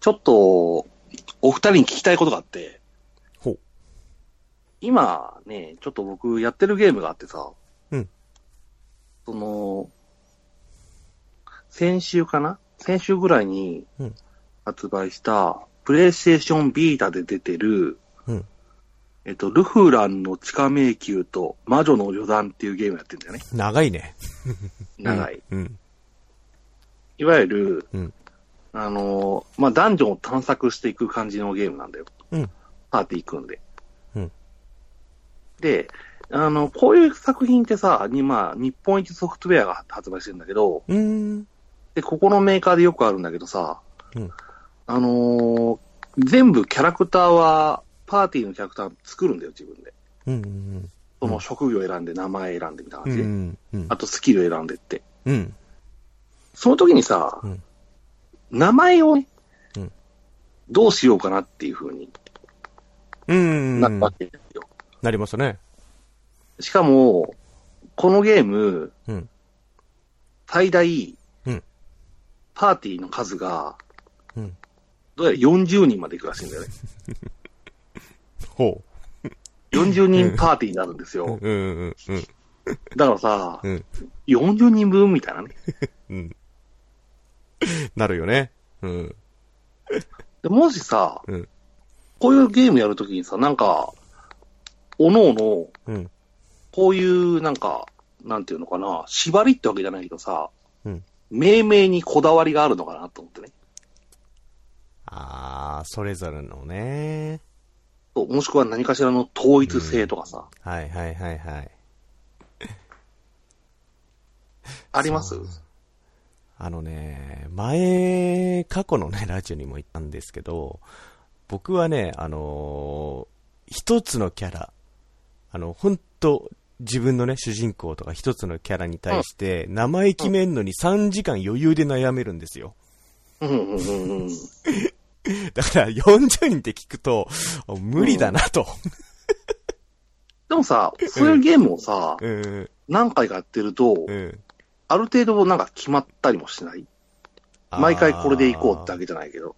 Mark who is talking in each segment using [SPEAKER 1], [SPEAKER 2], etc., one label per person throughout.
[SPEAKER 1] ちょっと、お二人に聞きたいことがあって。
[SPEAKER 2] ほう
[SPEAKER 1] 今ね、ちょっと僕やってるゲームがあってさ。
[SPEAKER 2] うん。
[SPEAKER 1] その、先週かな先週ぐらいに
[SPEAKER 2] うん
[SPEAKER 1] 発売した、プレイステーションビータで出てる、
[SPEAKER 2] うん
[SPEAKER 1] えっと、ルフランの地下迷宮と魔女の旅団っていうゲームやってるんだよね。
[SPEAKER 2] 長いね。
[SPEAKER 1] 長い。
[SPEAKER 2] うん。
[SPEAKER 1] いわゆる、
[SPEAKER 2] うん
[SPEAKER 1] あのーまあ、ダンジョンを探索していく感じのゲームなんだよ。
[SPEAKER 2] うん
[SPEAKER 1] パーティー組んで。
[SPEAKER 2] うん
[SPEAKER 1] で、あの、こういう作品ってさ、にまあ、日本一ソフトウェアが発売してるんだけど、
[SPEAKER 2] うーん。
[SPEAKER 1] で、ここのメーカーでよくあるんだけどさ、
[SPEAKER 2] うん
[SPEAKER 1] あのー全部キャラクターは、パーティーのキャラクター作るんだよ、自分で。
[SPEAKER 2] うん。うん。
[SPEAKER 1] そうの
[SPEAKER 2] ん
[SPEAKER 1] 職業選んで、名前選んでみたいな
[SPEAKER 2] う
[SPEAKER 1] 感じで。
[SPEAKER 2] ん。うん
[SPEAKER 1] あとスキル選んでって。
[SPEAKER 2] うん。
[SPEAKER 1] その時にさ、
[SPEAKER 2] うん
[SPEAKER 1] 名前をね、
[SPEAKER 2] うん
[SPEAKER 1] どうしようかなっていう風に
[SPEAKER 2] うん。
[SPEAKER 1] なったわけですよ。
[SPEAKER 2] なりましたね。
[SPEAKER 1] しかも、このゲーム、
[SPEAKER 2] うん
[SPEAKER 1] 最大、
[SPEAKER 2] うん
[SPEAKER 1] パーティーの数が、
[SPEAKER 2] うん
[SPEAKER 1] どうやら40人までいくらしいんだよね。
[SPEAKER 2] ほ
[SPEAKER 1] 40人パーティーになるんです
[SPEAKER 2] う。
[SPEAKER 1] よ。
[SPEAKER 2] うん。うん。うん。
[SPEAKER 1] だからさ、
[SPEAKER 2] うん
[SPEAKER 1] 40人分みたいなね。
[SPEAKER 2] うん。なるよね。うん。
[SPEAKER 1] でもしさ、
[SPEAKER 2] うん
[SPEAKER 1] こういうゲームやるときにさ、なんか、おのおの、
[SPEAKER 2] うん。
[SPEAKER 1] こういう、なんか、なんていうのかな、縛りってわけじゃないけどさ、
[SPEAKER 2] うん
[SPEAKER 1] 命名にこだわりがあるのかなと思ってね。
[SPEAKER 2] あー、それぞれのね。
[SPEAKER 1] そうもしくは何かしらの統一性とかさ、
[SPEAKER 2] はいはいはいはい。
[SPEAKER 1] あります
[SPEAKER 2] そうあのね、前、過去のね、 ラジオにも言ったんですけど、僕はね、あのー一つのキャラ、あの、本当自分のね、主人公とか一つのキャラに対して、名前決めんのに3時間余裕で悩めるんですよ。
[SPEAKER 1] うんうんうんうん。
[SPEAKER 2] だから、40人って聞くと、あ無理だなと。
[SPEAKER 1] でもさ、そういうゲームをさ、
[SPEAKER 2] うん、
[SPEAKER 1] 何回かやってると、
[SPEAKER 2] うん。
[SPEAKER 1] ある程度なんか決まったりもしない毎回これでいこうってわ
[SPEAKER 2] あー
[SPEAKER 1] けじゃないけど。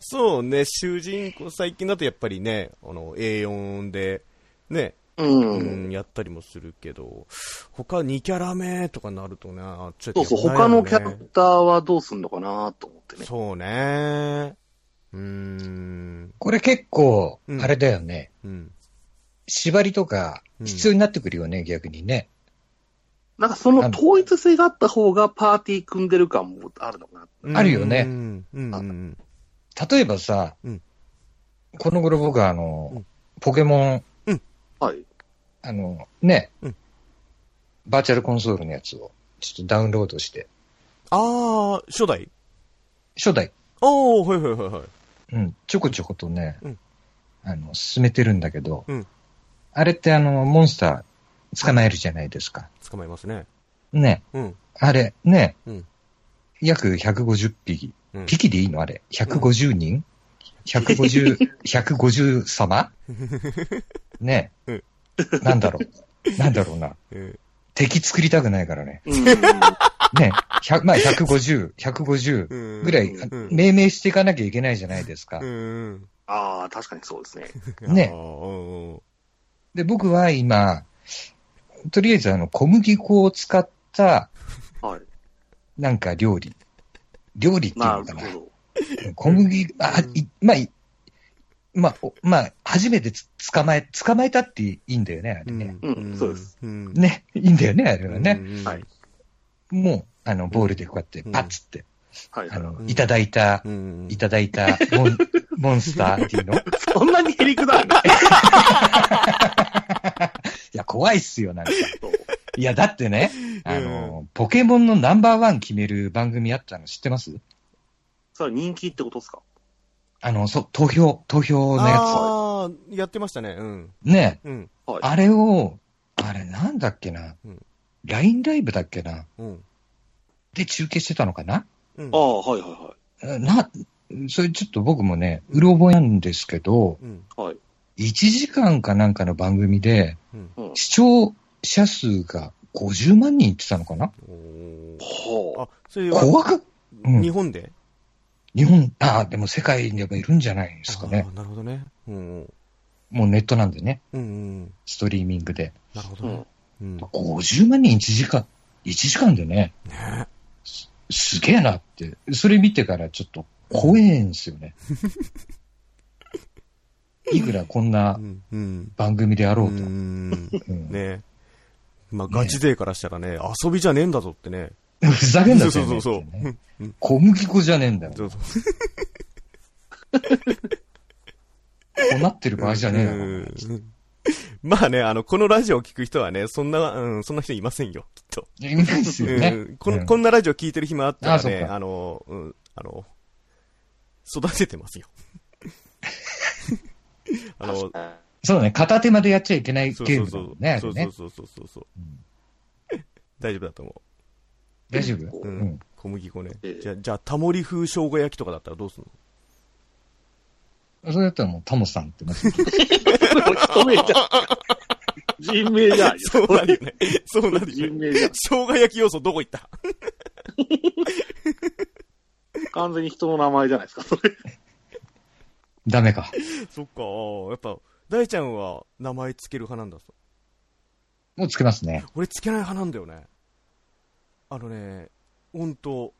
[SPEAKER 2] そうね、主人公、最近だとやっぱりね、あの、A4 で、ね、
[SPEAKER 1] うん。
[SPEAKER 2] うん、やったりもするけど、他2キャラ目とかなるとね、あちょ
[SPEAKER 1] そ
[SPEAKER 2] っと
[SPEAKER 1] うそう、
[SPEAKER 2] やっぱ
[SPEAKER 1] 他のキャ
[SPEAKER 2] 悩む
[SPEAKER 1] ラ
[SPEAKER 2] ね
[SPEAKER 1] クターはどうすんのかなと思ってね。
[SPEAKER 2] そうね。うーん。
[SPEAKER 3] これ結構
[SPEAKER 2] う、ん
[SPEAKER 3] あれだよね。
[SPEAKER 2] うん。
[SPEAKER 3] 縛りとか
[SPEAKER 2] うん
[SPEAKER 3] 必要になってくるよね、逆にね。
[SPEAKER 1] なんかその統一性があった方がパーティー組んでる感もあるのかな。
[SPEAKER 3] あるよね
[SPEAKER 2] うん。うんうん。
[SPEAKER 3] 例えばさ、
[SPEAKER 2] うん
[SPEAKER 3] この頃僕はあ
[SPEAKER 2] う
[SPEAKER 3] の
[SPEAKER 2] ん、
[SPEAKER 3] ポケモン、
[SPEAKER 1] はい。
[SPEAKER 3] あの、ね、
[SPEAKER 2] うん
[SPEAKER 3] バーチャルコンソールのやつをちょっとダウンロードして、
[SPEAKER 2] あー、初代
[SPEAKER 3] 初代、
[SPEAKER 2] おー、はいはいはいはい。
[SPEAKER 3] うん、ちょこちょことね、
[SPEAKER 2] うん
[SPEAKER 3] あの、進めてるんだけど、
[SPEAKER 2] うん
[SPEAKER 3] あれってあの、モンスター捕まえるじゃないですか。
[SPEAKER 2] 捕まえますね。
[SPEAKER 3] ね、
[SPEAKER 2] うん。
[SPEAKER 3] あれ、ね、
[SPEAKER 2] うん
[SPEAKER 3] 約150匹。
[SPEAKER 2] うん
[SPEAKER 3] ピキでいいのあれ。150人、?150、150様 ね
[SPEAKER 2] うん
[SPEAKER 3] なんだろう。なんだろうな。
[SPEAKER 2] うん
[SPEAKER 3] 敵作りたくないからね。
[SPEAKER 1] うん。
[SPEAKER 3] ね100まあ150、150
[SPEAKER 2] うん。
[SPEAKER 3] ぐらい
[SPEAKER 2] うん
[SPEAKER 3] 命名していかなきゃいけないじゃないですか
[SPEAKER 2] うん。。うん
[SPEAKER 1] ああ、確かにそうです ね。
[SPEAKER 3] ね
[SPEAKER 2] あーおー
[SPEAKER 3] で、僕は今、とりあえずあの、小麦粉を使った
[SPEAKER 1] はい。
[SPEAKER 3] なんか料理。料理っていう
[SPEAKER 1] な
[SPEAKER 3] の
[SPEAKER 1] る
[SPEAKER 3] かな。
[SPEAKER 1] ほど。
[SPEAKER 3] 小麦、あ
[SPEAKER 2] うん
[SPEAKER 3] いまあ、いまあ、おまあ、初めてつ捕まえ、捕まえたっていいんだよね、あれ
[SPEAKER 2] うん
[SPEAKER 3] ね。
[SPEAKER 1] うんそうです。
[SPEAKER 2] うん。
[SPEAKER 3] ね、いいんだよね、あれ
[SPEAKER 2] う
[SPEAKER 3] は
[SPEAKER 2] ん。
[SPEAKER 3] ね。
[SPEAKER 2] うん
[SPEAKER 1] はい。
[SPEAKER 3] もう、あの、ボールでこうやって
[SPEAKER 2] う、ん
[SPEAKER 3] パッつって、
[SPEAKER 1] はいは
[SPEAKER 3] あ
[SPEAKER 1] い。
[SPEAKER 3] の、いただいた、
[SPEAKER 2] うん。
[SPEAKER 3] いただいた モン、モンスターっていうの。い
[SPEAKER 1] そんなにへりくだんない。
[SPEAKER 3] や、怖いっすよ、なんか。
[SPEAKER 1] そう
[SPEAKER 3] いや、だってね、あの、ポケモンのナンバーワン決める番組あったの知ってます
[SPEAKER 1] それは人気ってことですか
[SPEAKER 3] あの、そう、投票、投票のや
[SPEAKER 2] あー、やってましたね。うん。
[SPEAKER 3] つ。ね、
[SPEAKER 2] うん。
[SPEAKER 1] はい。
[SPEAKER 3] あれを、あれなんだっけな
[SPEAKER 2] うん。
[SPEAKER 3] LINE ライブだっけな。
[SPEAKER 2] うん。
[SPEAKER 3] で中継してたのかな
[SPEAKER 2] うん
[SPEAKER 1] あ。あ、はいはいは
[SPEAKER 3] な、それちょっと僕もね、うろ覚えなんですけど、
[SPEAKER 2] うん。
[SPEAKER 3] 1時間かなんかの番組で、
[SPEAKER 2] うん。
[SPEAKER 1] い。うん。
[SPEAKER 3] 視聴者数が50万人いってたのかな
[SPEAKER 2] おー
[SPEAKER 1] は
[SPEAKER 2] あ、それは、
[SPEAKER 3] 怖く、うん
[SPEAKER 2] 日本で
[SPEAKER 3] 日本、ああ、でも世界にもいるんじゃないですかね
[SPEAKER 2] あ。ーなるほどね。うんうん。
[SPEAKER 3] もうネットなんでね、
[SPEAKER 2] うんうん。
[SPEAKER 3] ストリーミングで。
[SPEAKER 2] なるほど
[SPEAKER 1] う
[SPEAKER 2] ね
[SPEAKER 1] ん。。
[SPEAKER 2] うん。ね
[SPEAKER 3] 50万人1時間、1時間でね、すげえなって、それ見てからちょっと怖えんすよね。いくらこんな
[SPEAKER 2] うんうん。
[SPEAKER 3] 番組であろ
[SPEAKER 2] う
[SPEAKER 3] う
[SPEAKER 2] ん。
[SPEAKER 3] と。うん
[SPEAKER 2] ねまあ、ガチ勢からしたらね、遊びじゃねえんだぞってね。
[SPEAKER 3] ふざけんな
[SPEAKER 2] そうそうそう
[SPEAKER 3] てめえってね小麦粉じゃねえんだよ。
[SPEAKER 2] そうそう
[SPEAKER 3] こうなってる場合じゃねえだろ
[SPEAKER 2] うんまあね、あの、このラジオを聞く人はね、そんな、うん、そんな人いませんよ、きっと。
[SPEAKER 3] いやいないですよね。
[SPEAKER 2] うんこ
[SPEAKER 3] うんん
[SPEAKER 2] こんなラジオ聞いてる暇あったら
[SPEAKER 3] あそっ
[SPEAKER 2] ね、
[SPEAKER 3] か
[SPEAKER 2] あの、うん、あの、育てて ますよ。あの、
[SPEAKER 3] そうだね、片手までやっちゃいけない
[SPEAKER 2] そう
[SPEAKER 3] ゲ
[SPEAKER 2] そ
[SPEAKER 3] ー
[SPEAKER 2] う
[SPEAKER 3] ムだ
[SPEAKER 2] そ
[SPEAKER 3] もん
[SPEAKER 2] う。
[SPEAKER 3] ね、あ
[SPEAKER 2] そ
[SPEAKER 3] れ
[SPEAKER 2] うそ
[SPEAKER 3] ね
[SPEAKER 2] う。そうそうそうそう
[SPEAKER 3] うん
[SPEAKER 2] 大丈夫だと思
[SPEAKER 3] 大丈夫
[SPEAKER 2] う。う。
[SPEAKER 3] うんん。
[SPEAKER 2] 小麦粉ね
[SPEAKER 1] ええ。
[SPEAKER 2] じゃあ、じゃあ、タモリ風生姜焼きとかだったらどうすんの
[SPEAKER 3] それだったらもうタモさんってなってる
[SPEAKER 1] 人名じゃ、人名じゃんよ、
[SPEAKER 2] そうなるよね。そうなるよ
[SPEAKER 1] 人
[SPEAKER 2] ね。
[SPEAKER 1] 名じゃん。
[SPEAKER 2] 生姜焼き要素どこ行った
[SPEAKER 1] 完全に人の名前じゃないですか、それ。
[SPEAKER 3] ダメか。
[SPEAKER 2] そっか、やっぱ、大ちゃんは名前つける派なんだぞ。
[SPEAKER 3] もうつけますね。
[SPEAKER 2] 俺つけない派なんだよね。あのね、ほんと、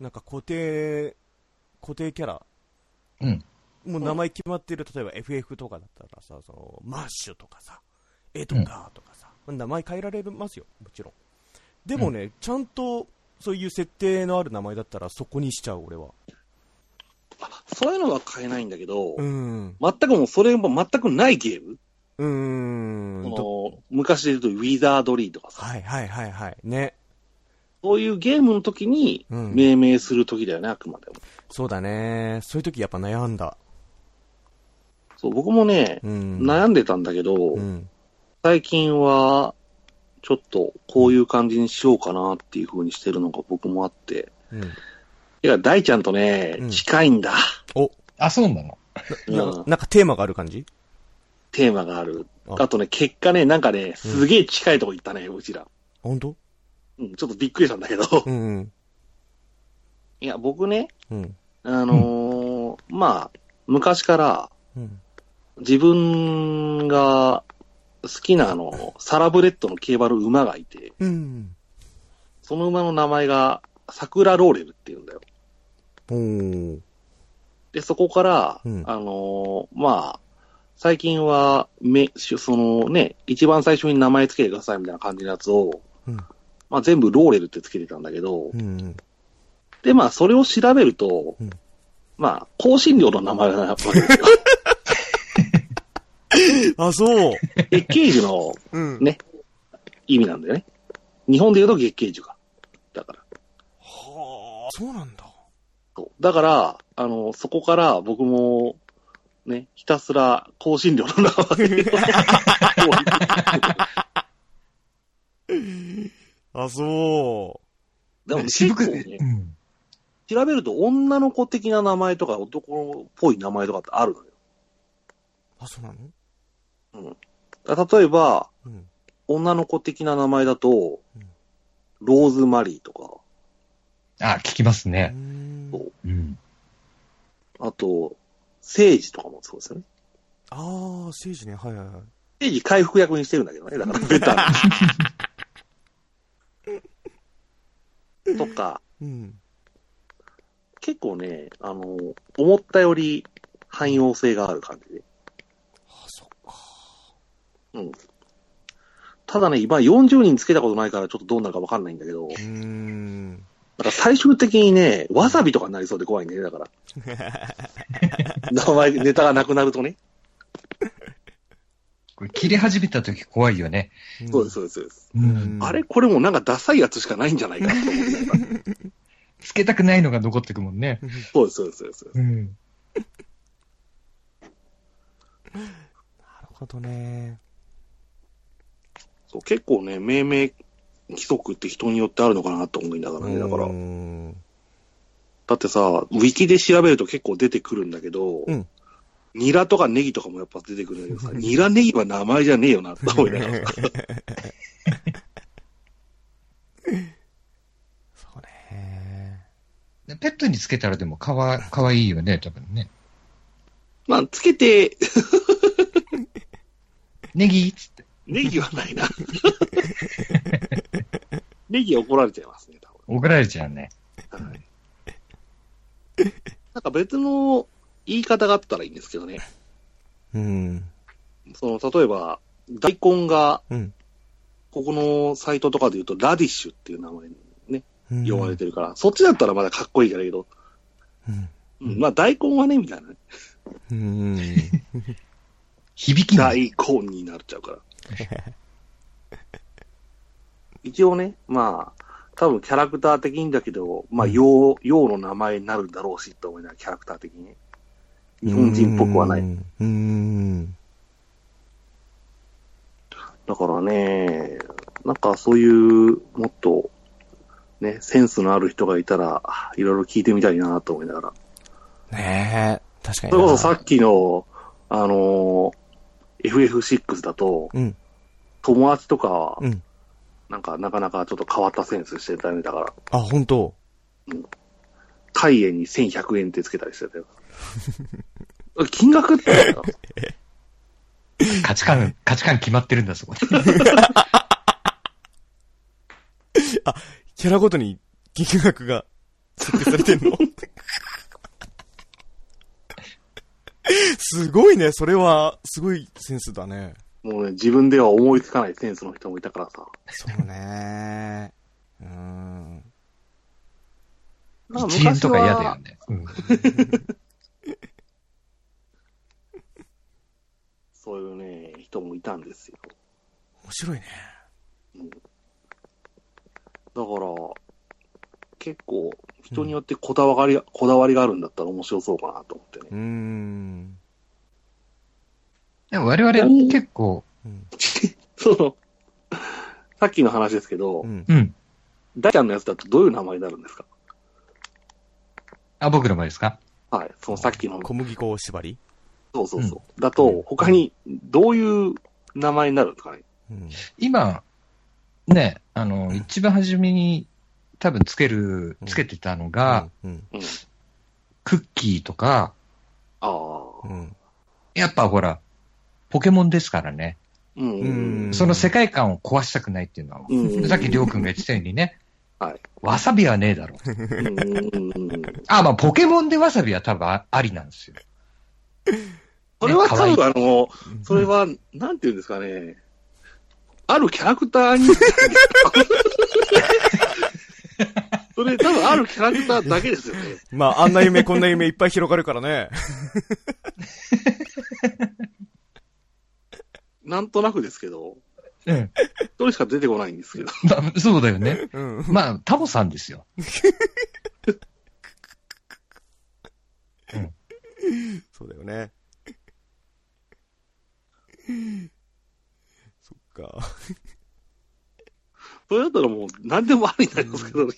[SPEAKER 2] なんか固定、固定キャラ。
[SPEAKER 3] うん。
[SPEAKER 2] もう名前決まってる、例えば FF とかだったらさ、その、マッシュとかさ、エドガーとかさ、名前変えられますよ、もちろん。でもね、ちゃんと、そういう設定のある名前だったら、そこにしちゃう、俺は。
[SPEAKER 1] そういうのは買えないんだけど、
[SPEAKER 2] うん。
[SPEAKER 1] 全くもうそれも全くないゲーム、
[SPEAKER 2] うーん。と
[SPEAKER 1] この昔で言うとウィザードリーとかさ、
[SPEAKER 2] はいはいはいはい。ね。
[SPEAKER 1] そういうゲームの時に
[SPEAKER 2] うん
[SPEAKER 1] 命名する時だよね、あくまでも。
[SPEAKER 2] そうだね。そういう時やっぱ悩んだ。
[SPEAKER 1] そう僕もね、
[SPEAKER 2] うん。
[SPEAKER 1] 悩んでたんだけど、
[SPEAKER 2] うん。
[SPEAKER 1] 最近は、ちょっとこういう感じにしようかなっていう風にしてるのが僕もあって。
[SPEAKER 2] うん。
[SPEAKER 1] いや、大ちゃんとね、
[SPEAKER 2] うん
[SPEAKER 1] 近いんだ、
[SPEAKER 2] お、
[SPEAKER 3] あ、そうなの。
[SPEAKER 1] うん
[SPEAKER 2] ななんかテーマがある感じ
[SPEAKER 1] テーマがある。
[SPEAKER 2] あ
[SPEAKER 1] あとね、結果ね、なんかね、すげえ近いとこ行ったね、うちら。
[SPEAKER 2] 本当
[SPEAKER 1] うん、ちょっとびっくりしたんだけど。
[SPEAKER 2] うんうん。
[SPEAKER 1] いや、僕ね、
[SPEAKER 2] うん。
[SPEAKER 1] あのーまあ、昔から
[SPEAKER 2] うん。
[SPEAKER 1] 自分が好きなあの、サラブレッドの競馬の馬がいて、
[SPEAKER 2] うん。
[SPEAKER 1] その馬の名前が桜ローレルっていうんだよ。
[SPEAKER 2] おー。
[SPEAKER 1] で、そこから、
[SPEAKER 2] うん
[SPEAKER 1] あのーまあ、最近は、め、しそのね、一番最初に名前つけてくださいみたいな感じのやつを、
[SPEAKER 2] うん。
[SPEAKER 1] まあ全部ローレルってつけてたんだけど、
[SPEAKER 2] うんうん。
[SPEAKER 1] で、まあそれを調べると、
[SPEAKER 2] うん
[SPEAKER 1] まあ、香辛料の名前がなわ けですよ。
[SPEAKER 2] あ、そう。
[SPEAKER 1] 月桂樹の
[SPEAKER 2] うん。
[SPEAKER 1] ね意味なんだよね。日本で言うと月桂樹が。だから。
[SPEAKER 2] はあ。そうなんだ。
[SPEAKER 1] そうだから、あの、そこから僕も、ね、ひたすら香辛料の名前を
[SPEAKER 2] あ、そ
[SPEAKER 1] でも結
[SPEAKER 3] 渋
[SPEAKER 1] 構
[SPEAKER 3] く、
[SPEAKER 1] ね
[SPEAKER 3] う、ん。
[SPEAKER 1] 調べると女の子的な名前とか男っぽい名前とかってあるのよ
[SPEAKER 2] う。あ、そうなの。
[SPEAKER 1] だから例えば、
[SPEAKER 2] うん。
[SPEAKER 1] 女の子的な名前だと
[SPEAKER 2] うん、
[SPEAKER 1] ローズマリーとか、
[SPEAKER 3] あ、聞きます
[SPEAKER 2] う
[SPEAKER 3] ね。
[SPEAKER 2] ん
[SPEAKER 1] そう
[SPEAKER 3] うん。
[SPEAKER 1] あと、セイジとかもそうですよね。
[SPEAKER 2] あー、政治ね。はいはいはい。
[SPEAKER 1] セイジ回復役にしてるんだけどね。だ から、ベタにとか、
[SPEAKER 2] うん。
[SPEAKER 1] 結構ね、あの、思ったより汎用性がある感じで。
[SPEAKER 2] あ、そっか。
[SPEAKER 1] ただね、今40人つけたことないからちょっとどうなるかわかんないんだけど、
[SPEAKER 2] うーん。
[SPEAKER 1] なんか最終的にね、わさびとかになりそうで怖いね、だから。 名前、ネタがなくなるとね。
[SPEAKER 3] これ切れ始めた時怖いよね。
[SPEAKER 1] そうです、。そうです、そうです。
[SPEAKER 3] うん。
[SPEAKER 1] あれこれもうなんかダサいやつしかないんじゃないかと思ってなんか
[SPEAKER 3] つけたくないのが残ってくもんね。
[SPEAKER 1] そうです、そうです、そうです。
[SPEAKER 3] うん。
[SPEAKER 2] なるほどね。
[SPEAKER 1] そう結構ね、命名規則って人によってあるのかなと思いながらね。だから
[SPEAKER 2] うー、ん。
[SPEAKER 1] だってさ、ウィキで調べると結構出てくるんだけど、
[SPEAKER 2] うん
[SPEAKER 1] ニラとかネギとかもやっぱ出てくるんだ けどさ、ニラネギは名前じゃねえよなって思いながら。
[SPEAKER 2] そうね。
[SPEAKER 3] でペットにつけたらでもかわかわいいよね、多分ね。
[SPEAKER 1] まあ、つけて、
[SPEAKER 3] ネギっつって。
[SPEAKER 1] ネギはないな。ネギは怒られちゃいますね、多
[SPEAKER 3] 怒られちゃうね。
[SPEAKER 1] 分。はい、なんか別の言い方があったらいいんですけどね。
[SPEAKER 2] うん。
[SPEAKER 1] その、例えば、大根が、
[SPEAKER 2] うん。
[SPEAKER 1] ここのサイトとかで言うと、ラディッシュっていう名前に
[SPEAKER 2] うん
[SPEAKER 1] 呼ばれてるから、そっちだったらまだかっこいいからいいけど、
[SPEAKER 2] うん。
[SPEAKER 1] うん、まあ大根はね、みたいなね。
[SPEAKER 2] うん。
[SPEAKER 3] 響きがいい。
[SPEAKER 1] 大根になっちゃうから。 一応ね、まあ、多分キャラクター的にだけど、まあ、洋、洋の名前になるんだろうし、と思いながら、キャラクター的にね。日本人っぽくはな
[SPEAKER 2] う
[SPEAKER 1] い。
[SPEAKER 2] ん。うん。
[SPEAKER 1] だからね、なんかそういう、もっと、ね、センスのある人がいたら、いろいろ聞いてみたいなと思いながら。
[SPEAKER 2] ねえ。確かにな。
[SPEAKER 1] それこそさっきの、あのー FF6 だと、
[SPEAKER 2] うん。
[SPEAKER 1] 友達とかは、
[SPEAKER 2] うん。
[SPEAKER 1] なんかなかなかちょっと変わったセンスしてたね。だから、
[SPEAKER 2] あ、本当
[SPEAKER 1] 海円に1100円ってつけたりしてたよ。 金額ってなんだ
[SPEAKER 3] 価値観、価値観決まってるんだ、そこで。
[SPEAKER 2] キャラごとに金額が 設定されてんのすごいね。それは、すごいセンスだね。
[SPEAKER 1] もうね、自分では思いつかないセンスの人もいたからさ。
[SPEAKER 2] そうね。うん。
[SPEAKER 1] なん
[SPEAKER 3] 1円とか嫌だよ
[SPEAKER 1] 昔は
[SPEAKER 3] ね。うん
[SPEAKER 1] そういうね、人もいたんですよ。
[SPEAKER 2] 面白いね。
[SPEAKER 1] だから、結構、人によってこだわりが、こだわりがあるんだったら面白そうかなと思ってね。
[SPEAKER 2] うーん。
[SPEAKER 3] でも我々結構、
[SPEAKER 2] うん。
[SPEAKER 1] その、さっきの話ですけど、
[SPEAKER 2] うん。
[SPEAKER 3] うん。
[SPEAKER 1] 大ちゃんのやつだとどういう名前になるんですか
[SPEAKER 3] あ、僕の場合ですか
[SPEAKER 1] はい。そのさっきの、
[SPEAKER 2] 小麦粉縛り
[SPEAKER 1] そうそうそう。だ
[SPEAKER 2] う
[SPEAKER 1] と
[SPEAKER 2] ん、
[SPEAKER 1] 他にどういう名前になるんですかね
[SPEAKER 2] うん。
[SPEAKER 3] 今、ね、あの、一番初めに多分つける
[SPEAKER 2] う、ん
[SPEAKER 3] つけてたのが、
[SPEAKER 2] うん。
[SPEAKER 1] うん。
[SPEAKER 3] クッキーとか、
[SPEAKER 1] あ
[SPEAKER 2] う
[SPEAKER 1] あ。
[SPEAKER 2] ん。
[SPEAKER 3] やっぱほら、ポケモンですからね。
[SPEAKER 1] うん。
[SPEAKER 2] うん
[SPEAKER 3] その世界観を壊したくないっていうのは、
[SPEAKER 1] うん
[SPEAKER 3] さっきりょうくんが言ってたようにね、
[SPEAKER 1] はい
[SPEAKER 3] わさびはねえだろう。
[SPEAKER 1] うん
[SPEAKER 3] あ、まあポケモンでわさびは多分あありなんですよ。
[SPEAKER 1] それは
[SPEAKER 3] 可愛
[SPEAKER 1] 多
[SPEAKER 3] い
[SPEAKER 1] 分あの、それは、なんていうんですかね。あるキャラクター に。それ多分あるキャラクターだけですよね。
[SPEAKER 2] まあ、あんな夢、こんな夢いっぱい広がるからね。
[SPEAKER 1] なんとなくですけど、
[SPEAKER 3] うん。
[SPEAKER 1] それしか出てこないんですけど。
[SPEAKER 3] まあ、そうだよね。
[SPEAKER 2] うん。
[SPEAKER 3] まあ、タモさんですよ。
[SPEAKER 2] そうだよね。そっか。
[SPEAKER 1] それだったらもう何でもありになりますけどね。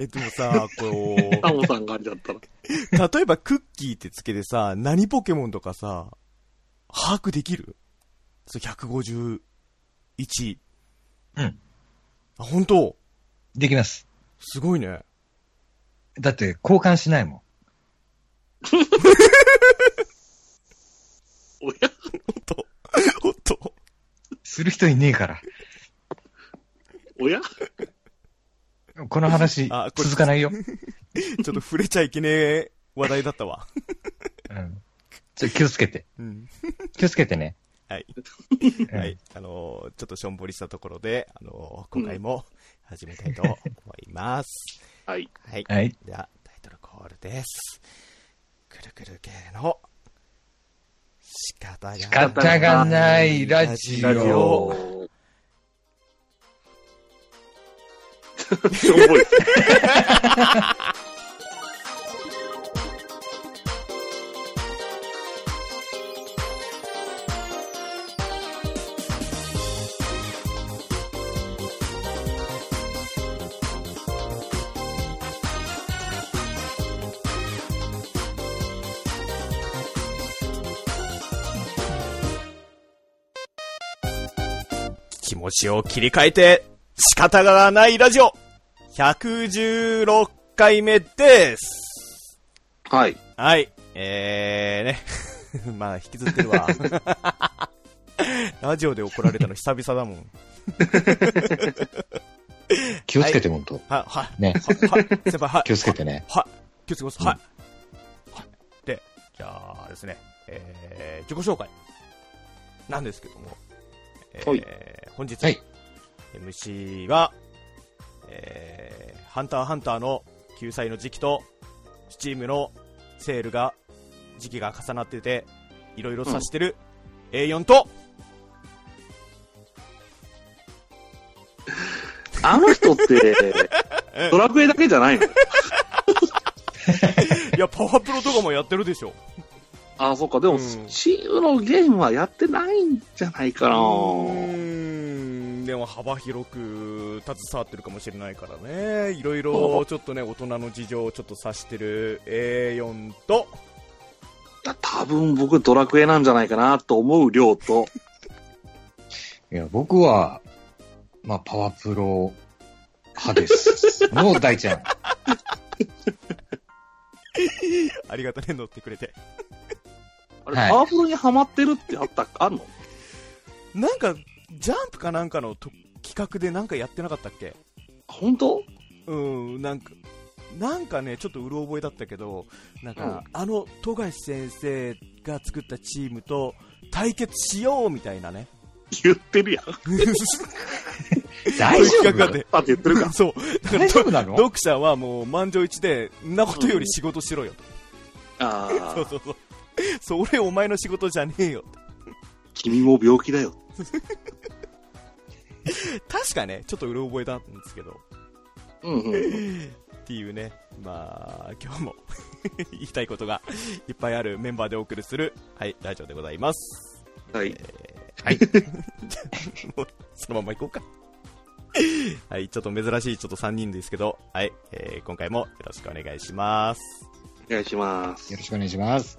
[SPEAKER 2] え、でも さ、こ
[SPEAKER 1] タモさんがありだったら。
[SPEAKER 2] う、例えばクッキーってつけてさ、何ポケモンとかさ、把握できるそう、151。
[SPEAKER 3] うん。
[SPEAKER 2] あ、本当
[SPEAKER 3] できます。
[SPEAKER 2] すごいね。
[SPEAKER 3] だって、交換しないもん。
[SPEAKER 1] おや
[SPEAKER 2] おっと。
[SPEAKER 3] する人いねえから。
[SPEAKER 1] おや
[SPEAKER 3] この話
[SPEAKER 2] あ、これ
[SPEAKER 3] 続かないよ。
[SPEAKER 2] ちょっと触れちゃいけねえ話題だったわ。
[SPEAKER 3] うん。ちょ気をつけて。
[SPEAKER 2] うん。
[SPEAKER 3] 気をつけてね。
[SPEAKER 2] はい。
[SPEAKER 3] うん
[SPEAKER 2] はい。あのーちょっとしょんぼりしたところで、あのー今回も始めたいと思います。
[SPEAKER 1] はい。
[SPEAKER 2] はい。
[SPEAKER 3] はい。
[SPEAKER 2] では、タイトルコールです。くるくる系の、仕方がない。
[SPEAKER 3] 仕方がないラジ
[SPEAKER 1] ラジ
[SPEAKER 3] オ。
[SPEAKER 1] オ。しょぼい。
[SPEAKER 2] 気持ちを切り替えて、仕方がないラジオ !116 回目です。
[SPEAKER 1] はい。
[SPEAKER 2] はい。えーね。 まあ、引きずってるわ。 ラジオで怒られたの久々だもん。
[SPEAKER 3] 気をつけて、本当。
[SPEAKER 2] は、は、は、
[SPEAKER 3] ね。
[SPEAKER 2] は、先輩、はい。
[SPEAKER 3] 気をつけてね。
[SPEAKER 2] はい。気をつけます。
[SPEAKER 3] うん
[SPEAKER 2] はい。はい。で、じゃあですね、えー、自己紹介なんですけども、えー
[SPEAKER 1] はい
[SPEAKER 2] 本日、
[SPEAKER 3] はい
[SPEAKER 2] MC は、えー、ハンターハンターの救済の時期と、スチームのセールが、時期が重なってて、いろいろ指してる A4 と、
[SPEAKER 1] あの人って、ドラクエだけじゃないの
[SPEAKER 2] いや、パワープロとかもやってるでしょ。
[SPEAKER 1] あ、そっか。でも、
[SPEAKER 2] うん
[SPEAKER 1] スチームのゲームはやってないんじゃないかな
[SPEAKER 2] うーんでも幅広く携わってるかもしれないからねいろいろちょっとね大人の事情をちょっと指してる A4 と
[SPEAKER 1] いや多分僕ドラクエなんじゃないかなと思う量と、
[SPEAKER 3] いや、僕は、まあ、パワープロ派 です。もう大ちゃん。
[SPEAKER 2] ありがとね乗ってくれて
[SPEAKER 1] あれ、
[SPEAKER 3] はい
[SPEAKER 1] パワフルにはまってるってあった、あんの
[SPEAKER 2] なんかジャンプかなんかのと企画でなんかやってなかったっけ
[SPEAKER 1] 本当
[SPEAKER 2] うんなんかなんかねちょっとうろ覚えだったけどなんか、
[SPEAKER 1] うん
[SPEAKER 2] あの富樫先生が作ったチームと対決しようみたいなね
[SPEAKER 1] 言ってるやん。
[SPEAKER 3] 大丈
[SPEAKER 2] 企画があっ
[SPEAKER 3] 夫
[SPEAKER 2] て。
[SPEAKER 1] あって言ってるか
[SPEAKER 2] そうだから
[SPEAKER 3] 大丈夫なの
[SPEAKER 2] 読者はもう満場一致で、んなことより仕事しろよと、
[SPEAKER 1] ああ、
[SPEAKER 2] そうそうそう、 それお前の仕事じゃねえよと
[SPEAKER 1] 君も病気だよ。
[SPEAKER 2] 確かね、ちょっとうろ覚えなんですけど、
[SPEAKER 1] うんうん。
[SPEAKER 2] っていうね、まあ、今日も 言いたいことがいっぱいあるメンバーでお送りする、はい、ラジオでございます。
[SPEAKER 1] はい。
[SPEAKER 3] はい。
[SPEAKER 2] もうそのまま行こうか。はい、ちょっと珍しいちょっと3人ですけど、はい、えー今回もよろしくお願いします。
[SPEAKER 1] お願いします
[SPEAKER 3] よ。ろしくお願いします。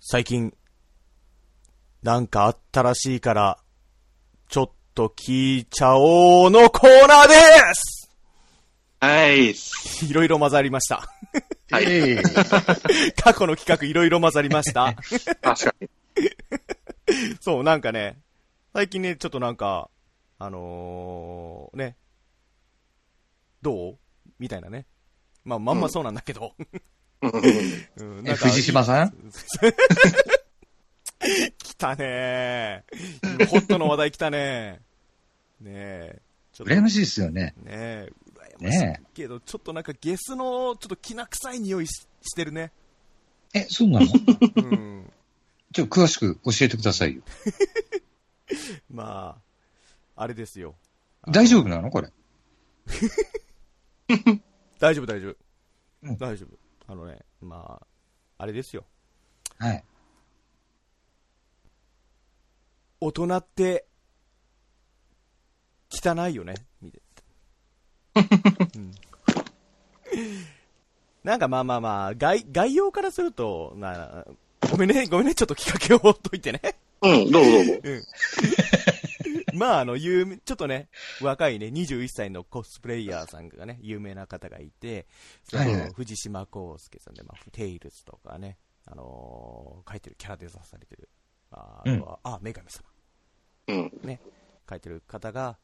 [SPEAKER 2] 最近、なんかあったらしいから、ちょっと聞いちゃおうのコーナーで
[SPEAKER 1] はい。
[SPEAKER 2] す いろいろ混ざりま した。
[SPEAKER 1] はい
[SPEAKER 3] ええ
[SPEAKER 2] 過去の企画いろいろ混ざりま した。
[SPEAKER 1] 確かに。
[SPEAKER 2] そう、なんかね、最近ね、ちょっとなんか、あのー、ね、どうみたいなね。まあ、まんまそうなんだけ ど。うん
[SPEAKER 3] え藤島さん
[SPEAKER 2] 来たねーホットの話題来たねーねえ。ちょっと
[SPEAKER 3] 羨ましいですよね。
[SPEAKER 2] ねえ、羨ましい
[SPEAKER 3] ね
[SPEAKER 2] けど、ちょっとなんかゲスの、ちょっときな臭い匂いししてるね。
[SPEAKER 3] え。え、そうな の
[SPEAKER 2] うん。
[SPEAKER 3] ちょっと詳しく教えてくださいよ。
[SPEAKER 2] まあ、あれですよ。
[SPEAKER 3] 大丈夫なのこれ。
[SPEAKER 2] 大丈夫、大丈夫。
[SPEAKER 3] うん
[SPEAKER 2] 大丈夫。あのね、まあ、あれですよ。
[SPEAKER 3] はい。
[SPEAKER 2] 大人って、汚いよね。見てうんなんかまあまあまあ、概概要からすると、なごめんね、ごめんね、ちょっと企画を解いてね。
[SPEAKER 1] うん、どうぞどうぞ。
[SPEAKER 2] まあ、あの、有名、ちょっとね、若いね、21歳のコスプレイヤーさんがね、有名な方がいて、その、
[SPEAKER 3] はいはい
[SPEAKER 2] 藤島康介さんで、まあ、テイルズとかね、あのー書いてるキャラデザされてる、あーあとは、あ、女神様、
[SPEAKER 1] うん。
[SPEAKER 2] 書いてる方が、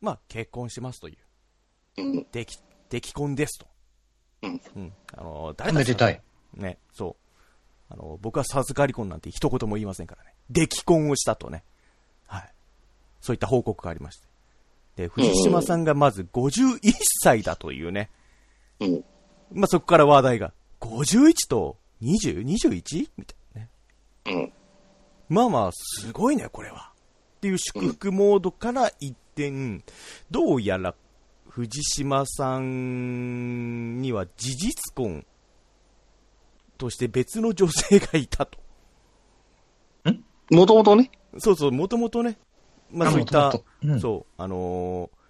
[SPEAKER 2] まあ、結婚しますという、
[SPEAKER 1] うん。
[SPEAKER 2] でき、でき婚ですと。
[SPEAKER 1] うん。
[SPEAKER 2] あのー誰
[SPEAKER 3] お
[SPEAKER 2] か
[SPEAKER 3] めでたい。
[SPEAKER 2] ね、そう。あの、僕は授かり婚なんて一言も言いませんからね。出来婚をしたとね。はい。そういった報告がありまして。で、藤島さんがまず51歳だというね。
[SPEAKER 1] うん。
[SPEAKER 2] まあ、そこから話題が。51と 20?21? みたいなね。
[SPEAKER 1] う
[SPEAKER 2] まあまあ、すごいね、これは。っていう祝福モードから一転、どうやら藤島さんには事実婚として別の女性がいたと。
[SPEAKER 1] もともとね、
[SPEAKER 2] そうそう、もともとね、まあ、
[SPEAKER 3] あ
[SPEAKER 2] そういった
[SPEAKER 3] 元、々うん
[SPEAKER 2] そう、あのー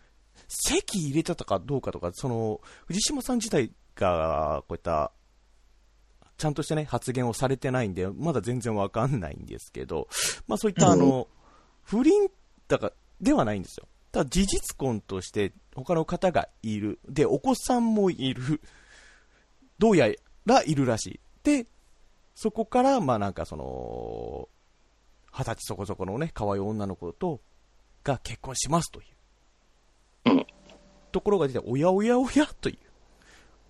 [SPEAKER 2] 席入れてたかどうかとか、その、藤島さん自体が、こういった、ちゃんとしたね、発言をされてないんで、まだ全然わかんないんですけど、まあそういった、あの、不倫だか、ではないんですよ。ただ事実婚として、他の方がいる。で、お子さんもいる。どうやらいるらしい。で、そこから、まあなんかその、二十歳そこそこのね、可愛い女の子と、が結婚しますという。
[SPEAKER 1] うん
[SPEAKER 2] ところが出て、おやおやおやという。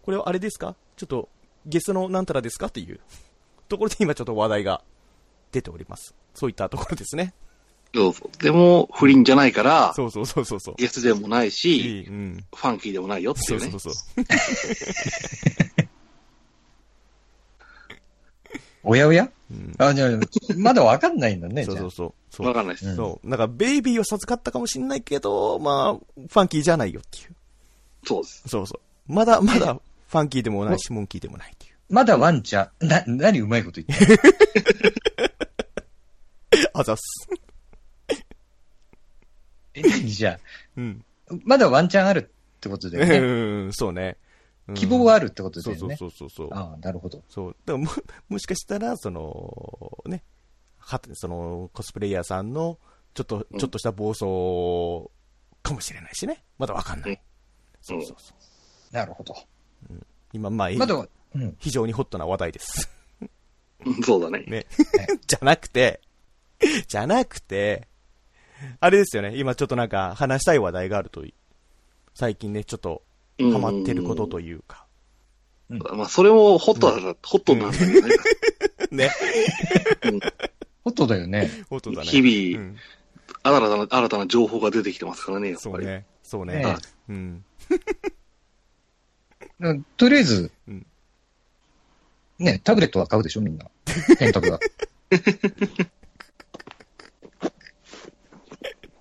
[SPEAKER 2] これはあれですかちょっと、ゲスのなんたらですかという。ところで今ちょっと話題が出ております。そういったところですね。
[SPEAKER 1] そうそう。でも、不倫じゃないから、
[SPEAKER 2] そうそうそうそうそう。
[SPEAKER 1] ゲスでもないし、
[SPEAKER 2] いいうん。
[SPEAKER 1] ファンキーでもないよって
[SPEAKER 2] そ
[SPEAKER 1] いううね。
[SPEAKER 2] そうそう。
[SPEAKER 3] おやおや
[SPEAKER 2] うん
[SPEAKER 3] あ、じゃあ、まだわかんないん だね、
[SPEAKER 2] そう
[SPEAKER 3] じゃ
[SPEAKER 2] そ
[SPEAKER 3] あ
[SPEAKER 2] う。そう。そう
[SPEAKER 1] わかんないです。
[SPEAKER 3] うん
[SPEAKER 2] そう。なんか、ベイビーを授かったかもしんないけど、まあ、ファンキーじゃないよっていう。
[SPEAKER 1] そうです。
[SPEAKER 2] そうそう。まだ、まだ、ファンキーでもないし、モンキーでもないっていう。
[SPEAKER 3] まだワンちゃん。な、何うまいこと言ってる
[SPEAKER 2] あざっす。
[SPEAKER 3] え 何じゃ
[SPEAKER 2] うん。
[SPEAKER 3] あ、まだワンチャンあるってことだよね。
[SPEAKER 2] うん、そうね。うん
[SPEAKER 3] 希望はあるってことだ
[SPEAKER 2] そう
[SPEAKER 3] よ
[SPEAKER 2] そう
[SPEAKER 3] ね。
[SPEAKER 2] そうそうそう。
[SPEAKER 3] ああ、なるほど。
[SPEAKER 2] そう。だから も、もしかしたら、その、ね、は、その、コスプレイヤーさんの、ちょっと、ちょっとした暴走かもしれないしね。まだわかんな
[SPEAKER 1] うん
[SPEAKER 2] い。そうそうそう。
[SPEAKER 3] なるほど。
[SPEAKER 2] 今、まあ、
[SPEAKER 3] まだわ、うん。
[SPEAKER 2] 非常にホットな話題です。
[SPEAKER 1] うん そうだね。
[SPEAKER 2] ね
[SPEAKER 3] はい。
[SPEAKER 2] じゃなくて、 じゃなくて、あれですよね。今ちょっとなんか話したい話題があるとい最近ね、ちょっとハマってることというか。
[SPEAKER 1] まあ、それもホットだ、ホットなんだよ ね。
[SPEAKER 2] ね。
[SPEAKER 3] ホットだ よね。
[SPEAKER 2] ホットだね。
[SPEAKER 1] 日
[SPEAKER 2] う
[SPEAKER 1] 々、
[SPEAKER 2] ん
[SPEAKER 1] 新たな、新たな情報が出てきてますからね、やっ
[SPEAKER 2] そ
[SPEAKER 1] ぱ
[SPEAKER 2] う
[SPEAKER 1] り。
[SPEAKER 2] ね。そうね。
[SPEAKER 3] ね
[SPEAKER 2] うん。
[SPEAKER 3] うんとりあえず
[SPEAKER 2] うん、
[SPEAKER 3] ね、タブレットは買うでし ょ、みんな。ペンタブは。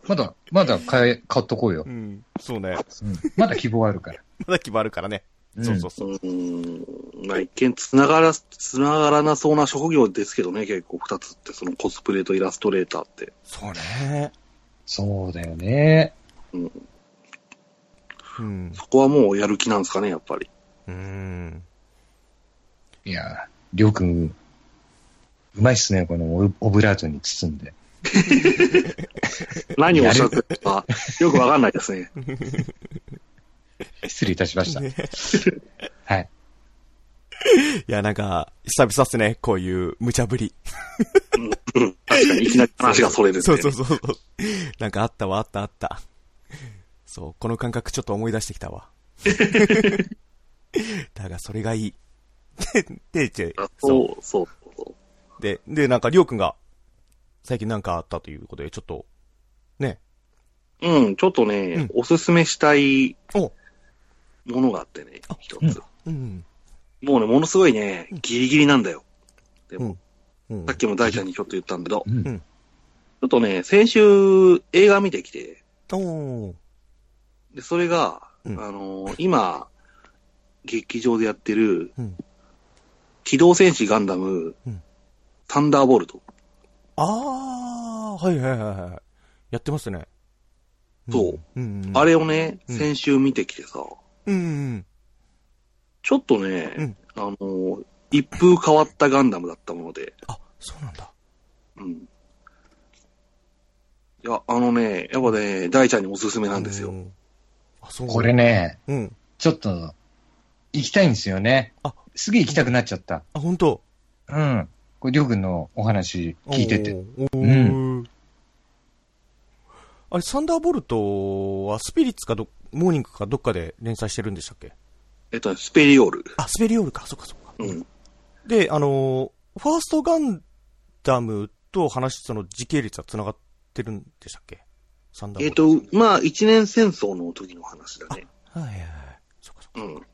[SPEAKER 3] まだ、まだ買え、買っとこうよ
[SPEAKER 2] う。ん。そうね。
[SPEAKER 3] うんまだ希望あるから。
[SPEAKER 2] まだ決まるからね。
[SPEAKER 3] うん
[SPEAKER 2] そうそう
[SPEAKER 1] う
[SPEAKER 2] そう。
[SPEAKER 1] ーん。まあ、一見つながら、つながらなそうな職業ですけどね、結構二つって、そのコスプレとイラストレーターって。
[SPEAKER 2] そうね。
[SPEAKER 3] そうだよね。
[SPEAKER 2] うん。
[SPEAKER 1] そこはもうやる気なんですかね、やっぱ り。
[SPEAKER 2] うん。
[SPEAKER 3] いや、りょうくん、うまいっすね、このオオブラートに包んで。
[SPEAKER 1] 何をおっしゃってるか、よくわかんないですね。
[SPEAKER 3] 失礼いたしました。 はい。
[SPEAKER 2] いや、なんか、久々っすね。こういう無茶ぶり。
[SPEAKER 1] うん確かに、いきなり話がそれるんで。
[SPEAKER 2] そうそうそうそう。なんかあったわ、あったあった。そう、この感覚ちょっと思い出してきた わ。だが、それがいい。 で、で、で
[SPEAKER 1] あ、
[SPEAKER 2] そう。
[SPEAKER 1] そう、そうそう。
[SPEAKER 2] で、で、なんか、りょうくんが、最近なんかあったということで、ちょっと、ね。
[SPEAKER 1] うん、ちょっとね、
[SPEAKER 2] うん
[SPEAKER 1] おすすめしたい
[SPEAKER 2] お
[SPEAKER 1] ものがあってね、一つ。
[SPEAKER 2] うん。
[SPEAKER 1] もうね、ものすごいね、ギリギリなんだよ。で
[SPEAKER 2] う
[SPEAKER 1] も
[SPEAKER 2] ん、うん
[SPEAKER 1] さっ。きも大ちゃんにちょっと言ったんだけど、
[SPEAKER 3] うん
[SPEAKER 1] ちょっとね、先週映画見てきて、
[SPEAKER 2] おー
[SPEAKER 1] で、それが、
[SPEAKER 2] うん
[SPEAKER 1] あのー今、劇場でやってる、
[SPEAKER 2] うん
[SPEAKER 1] 機動戦士ガンダム、
[SPEAKER 2] うん
[SPEAKER 1] サンダーボルト。
[SPEAKER 2] あー、はいはいはいはい。やってますね。ん
[SPEAKER 1] そう。
[SPEAKER 2] うんうん
[SPEAKER 1] あれをね、
[SPEAKER 2] うん
[SPEAKER 1] 先週見てきてさ、
[SPEAKER 2] うんうん。
[SPEAKER 1] ちょっとね、
[SPEAKER 2] うん
[SPEAKER 1] あのー一風変わったガンダムだったもので、
[SPEAKER 2] あ、そうなんだ。
[SPEAKER 1] うん。いや、あのね、やっぱね、大ちゃんにおすすめなんですよ。
[SPEAKER 2] う。あ、そう
[SPEAKER 3] これ。ね、
[SPEAKER 2] うん。
[SPEAKER 3] ちょっと、行きたいんですよね
[SPEAKER 2] あ。
[SPEAKER 3] すげえ行きたくなっちゃった。
[SPEAKER 2] あ、本当
[SPEAKER 3] うん。これ、りょうくんのお話聞いてて。
[SPEAKER 2] おー。
[SPEAKER 3] う
[SPEAKER 2] あれ、サンダーボルトはスピリッツかど、モーニングかどっかで連載してるんでしたっけ
[SPEAKER 1] えっとね、スペリオール。
[SPEAKER 2] あ、スペリオールか、そっかそっか。
[SPEAKER 1] うん。
[SPEAKER 2] で、あのーファーストガンダムと話、その時系列は繋がってるんでしたっけサンダ
[SPEAKER 1] え
[SPEAKER 2] ー
[SPEAKER 1] っ
[SPEAKER 2] ボルト。
[SPEAKER 1] と、まあ、一年戦争の時の話だね。
[SPEAKER 2] と、はいはいはい。そっかそっか。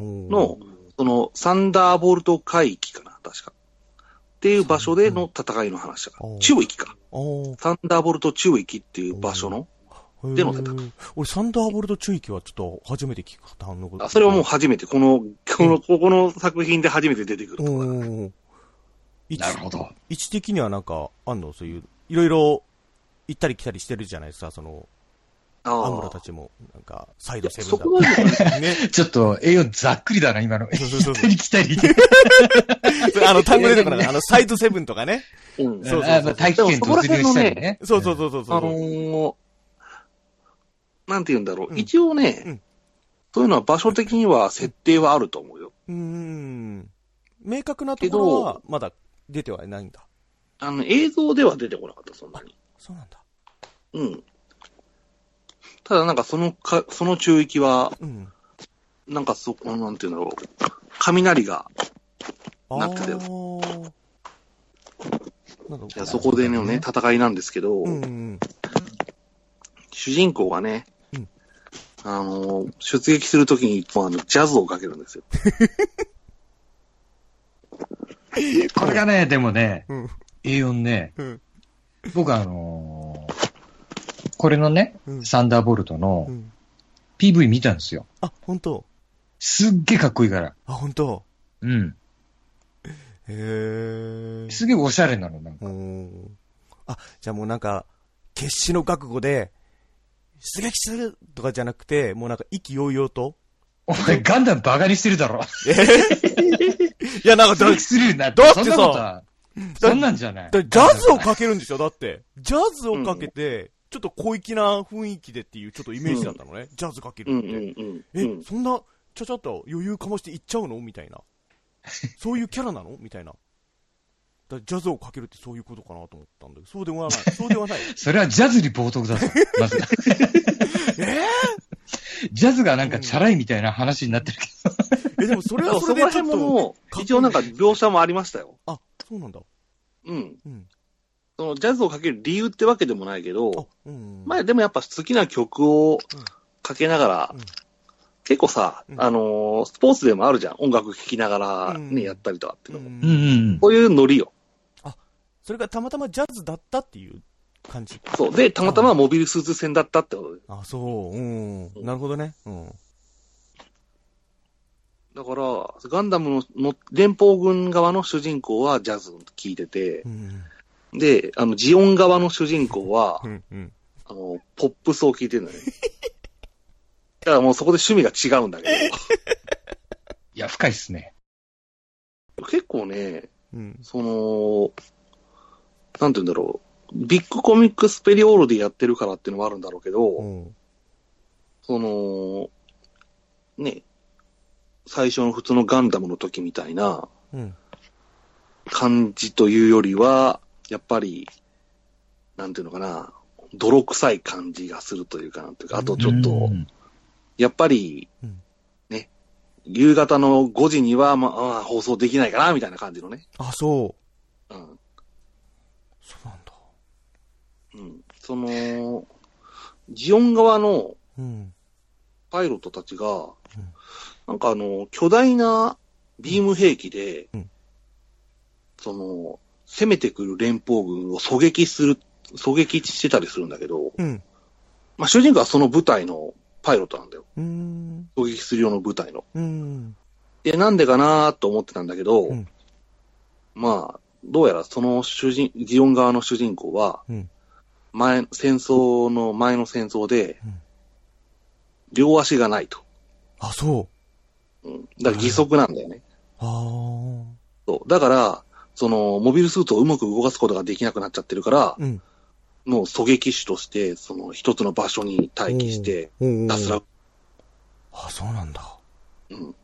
[SPEAKER 1] うん。
[SPEAKER 2] おー
[SPEAKER 1] の、その、サンダーボルト回帰かな、確か。っていう場所での戦いの話だか
[SPEAKER 2] うん
[SPEAKER 1] ら。中域か。
[SPEAKER 2] お
[SPEAKER 1] サンダーボルト中域っていう場所の、
[SPEAKER 2] ー
[SPEAKER 1] での戦い
[SPEAKER 2] へー俺、サンダーボルト中域はちょっと初めて聞く単語
[SPEAKER 1] あそれはもう初めて、この、この、ここの作品で初めて出てくるところだ
[SPEAKER 2] うん。位置
[SPEAKER 3] なるほど。
[SPEAKER 2] 位置的にはなんか、あんのそういう、いろいろ行ったり来たりしてるじゃないですか、その、
[SPEAKER 1] あ
[SPEAKER 2] ア
[SPEAKER 1] あ
[SPEAKER 2] ムロたちも、なんか、サイドセブンだ
[SPEAKER 1] そこなんだ
[SPEAKER 2] ね。
[SPEAKER 3] ちょっと、栄養ざっくりだな、今の。
[SPEAKER 2] そう そうそう
[SPEAKER 3] 行ったり来たり。
[SPEAKER 2] それあの、単語出てこない。あの、サイドセブンとかね。
[SPEAKER 1] うん
[SPEAKER 2] そうそうそう
[SPEAKER 3] あまあ大気圏突入したりね。
[SPEAKER 2] そうそうそうそうそ
[SPEAKER 1] あ
[SPEAKER 2] う。
[SPEAKER 1] のーなんて言うんだろう。
[SPEAKER 2] うん
[SPEAKER 1] 一応ね、
[SPEAKER 2] うん
[SPEAKER 1] そういうのは場所的には設定はあると思うよ。
[SPEAKER 2] うーん。明確なところは、まだ出てはないんだ。
[SPEAKER 1] あの、映像では出てこなかった、そんなに。
[SPEAKER 2] そうなんだ。
[SPEAKER 1] うん。ただなんかそのか、その中域は、
[SPEAKER 2] うん。
[SPEAKER 1] なんかそこ、なんて言うんだろう。雷が、
[SPEAKER 2] あ
[SPEAKER 1] なんかで
[SPEAKER 2] ーなん
[SPEAKER 1] い
[SPEAKER 2] か
[SPEAKER 1] やそこでのね、戦いなんですけど、
[SPEAKER 2] うんうん。
[SPEAKER 1] 主人公がね、
[SPEAKER 2] うん
[SPEAKER 1] あのー、出撃するときにいつもあの、ジャズをかけるんですよ。
[SPEAKER 3] これがね、でもね、
[SPEAKER 2] うん。
[SPEAKER 3] A4 ね、
[SPEAKER 2] うん。
[SPEAKER 3] 僕あのーこれのね、
[SPEAKER 2] うん
[SPEAKER 3] サンダーボルト
[SPEAKER 2] う
[SPEAKER 3] の
[SPEAKER 2] ん。
[SPEAKER 3] PV 見たんですよ。
[SPEAKER 2] あ、本当
[SPEAKER 3] すっげえかっこいいから。
[SPEAKER 2] あ、本当
[SPEAKER 3] うん。
[SPEAKER 2] へー。
[SPEAKER 3] すげえおしゃれなの、なんか。
[SPEAKER 2] うーん。あ、じゃあもうなんか、決死の覚悟で、出撃するとかじゃなくて、もうなんか意気揚々と。
[SPEAKER 3] お前ガンダムバカにしてるだろ。
[SPEAKER 2] いや、なんか
[SPEAKER 3] 出
[SPEAKER 2] だ、
[SPEAKER 3] 撃するようになって。
[SPEAKER 2] だってさ
[SPEAKER 3] そんなことはそんなんじゃない。
[SPEAKER 2] だジャズをかけるんでしょだって。ジャズをかけて、ちょっと小粋な雰囲気でっていうちょっとイメージだったのね。ジャズかけ
[SPEAKER 1] うん
[SPEAKER 2] る
[SPEAKER 1] う
[SPEAKER 2] って。
[SPEAKER 1] んうん。
[SPEAKER 2] え、
[SPEAKER 1] うん
[SPEAKER 2] そんな、ちゃちゃっと余裕かましていっちゃうのみ たいな。そういうキャラなのみたいな。だジャズをかけるってそういうことかなと思ったんだけど、そうではない。そうで はない。
[SPEAKER 3] それはジャズに冒涜だ ぞ。まず。ジャズがなんかチャラいみたいな話になってるけど。
[SPEAKER 2] え、でもそれ
[SPEAKER 1] だか
[SPEAKER 2] は
[SPEAKER 1] ら
[SPEAKER 2] そ
[SPEAKER 1] そ
[SPEAKER 2] れ
[SPEAKER 1] こ
[SPEAKER 2] で
[SPEAKER 1] ら
[SPEAKER 2] ちょ
[SPEAKER 1] 辺
[SPEAKER 2] っ
[SPEAKER 1] も
[SPEAKER 2] と、
[SPEAKER 1] もう、一応なんか描写もありましたよ。
[SPEAKER 2] あ、そうなんだ。
[SPEAKER 1] うん。
[SPEAKER 2] うん。
[SPEAKER 1] そのジャズをかける理由ってわけでもないけ
[SPEAKER 2] あ
[SPEAKER 1] ど、、
[SPEAKER 2] うん。
[SPEAKER 1] まあでもやっぱ好きな曲をかけながら、
[SPEAKER 2] うん
[SPEAKER 1] 結構さ、
[SPEAKER 2] うん
[SPEAKER 1] あのースポーツでもあるじゃん。音楽聴きながらね、
[SPEAKER 2] うん
[SPEAKER 1] やったりとかっていう
[SPEAKER 2] う
[SPEAKER 1] のも。
[SPEAKER 3] うん
[SPEAKER 2] ん。
[SPEAKER 3] うん
[SPEAKER 1] こういうノリよ。
[SPEAKER 2] それがたまたまジャズだったっていう感じ。
[SPEAKER 1] そう。で、たまたまモビルスーツ戦だったってことで。
[SPEAKER 2] あ、そう。うん。なるほどね。うん。
[SPEAKER 1] だから、ガンダムのの連邦軍側の主人公はジャズを聴いてて
[SPEAKER 2] う、ん。
[SPEAKER 1] で、あの、ジオン側の主人公は
[SPEAKER 2] う、ん。うん。
[SPEAKER 1] あの、ポップスを聴いてる のね。だからもうそこで趣味が違うんだけ
[SPEAKER 3] いや、深いっすね。
[SPEAKER 1] ど、結構ね、
[SPEAKER 2] うん。
[SPEAKER 1] その、なんて言うんだろう、ビッグコミックスペリオールでやってるからっていうのもあるんだろうけど、
[SPEAKER 2] うん。
[SPEAKER 1] その、ね、最初の普通のガンダムの時みたいな
[SPEAKER 2] うん。
[SPEAKER 1] 感じというよりは、やっぱり、なんていうのかな、泥臭い感じがするというかなんていうか、あとちょっ
[SPEAKER 3] う
[SPEAKER 1] と、
[SPEAKER 3] ん
[SPEAKER 1] やっぱり
[SPEAKER 2] うん、
[SPEAKER 1] ね、夕方の5時には、まあ、ああ放送できないかな、みたいな感じのね。
[SPEAKER 2] あ、そう。
[SPEAKER 1] うん。
[SPEAKER 2] そうなんだ。
[SPEAKER 1] うんその、ジオン側の
[SPEAKER 2] うん。
[SPEAKER 1] パイロットたちが
[SPEAKER 2] ん、
[SPEAKER 1] なんかあの、巨大なビーム兵器で、
[SPEAKER 2] うん
[SPEAKER 1] その、攻めてくる連邦軍を狙撃する、狙撃してたりするんだけど、
[SPEAKER 2] うん。
[SPEAKER 1] まあ、主人公はその部隊のパイロットなんだよ。
[SPEAKER 2] うん。
[SPEAKER 1] 狙撃する用の部隊の。
[SPEAKER 2] うん。
[SPEAKER 1] で、なんでかなーと思ってたんだけど、
[SPEAKER 2] うん
[SPEAKER 1] まあ、どうやらその主人、ジオン側の主人公は、
[SPEAKER 2] うん
[SPEAKER 1] 前、戦争の前の戦争で、
[SPEAKER 2] うん
[SPEAKER 1] 両足がないと。
[SPEAKER 2] あ、そう。
[SPEAKER 1] うんだから義足なんだよね。
[SPEAKER 2] あー。
[SPEAKER 1] そうだから、その、モビルスーツをうまく動かすことができなくなっちゃってるから、
[SPEAKER 2] うん。
[SPEAKER 1] もう狙撃手として、その、一つの場所に待機して、
[SPEAKER 2] うん。うん
[SPEAKER 1] 脱落。
[SPEAKER 2] あ、そうなんだ。
[SPEAKER 1] うん。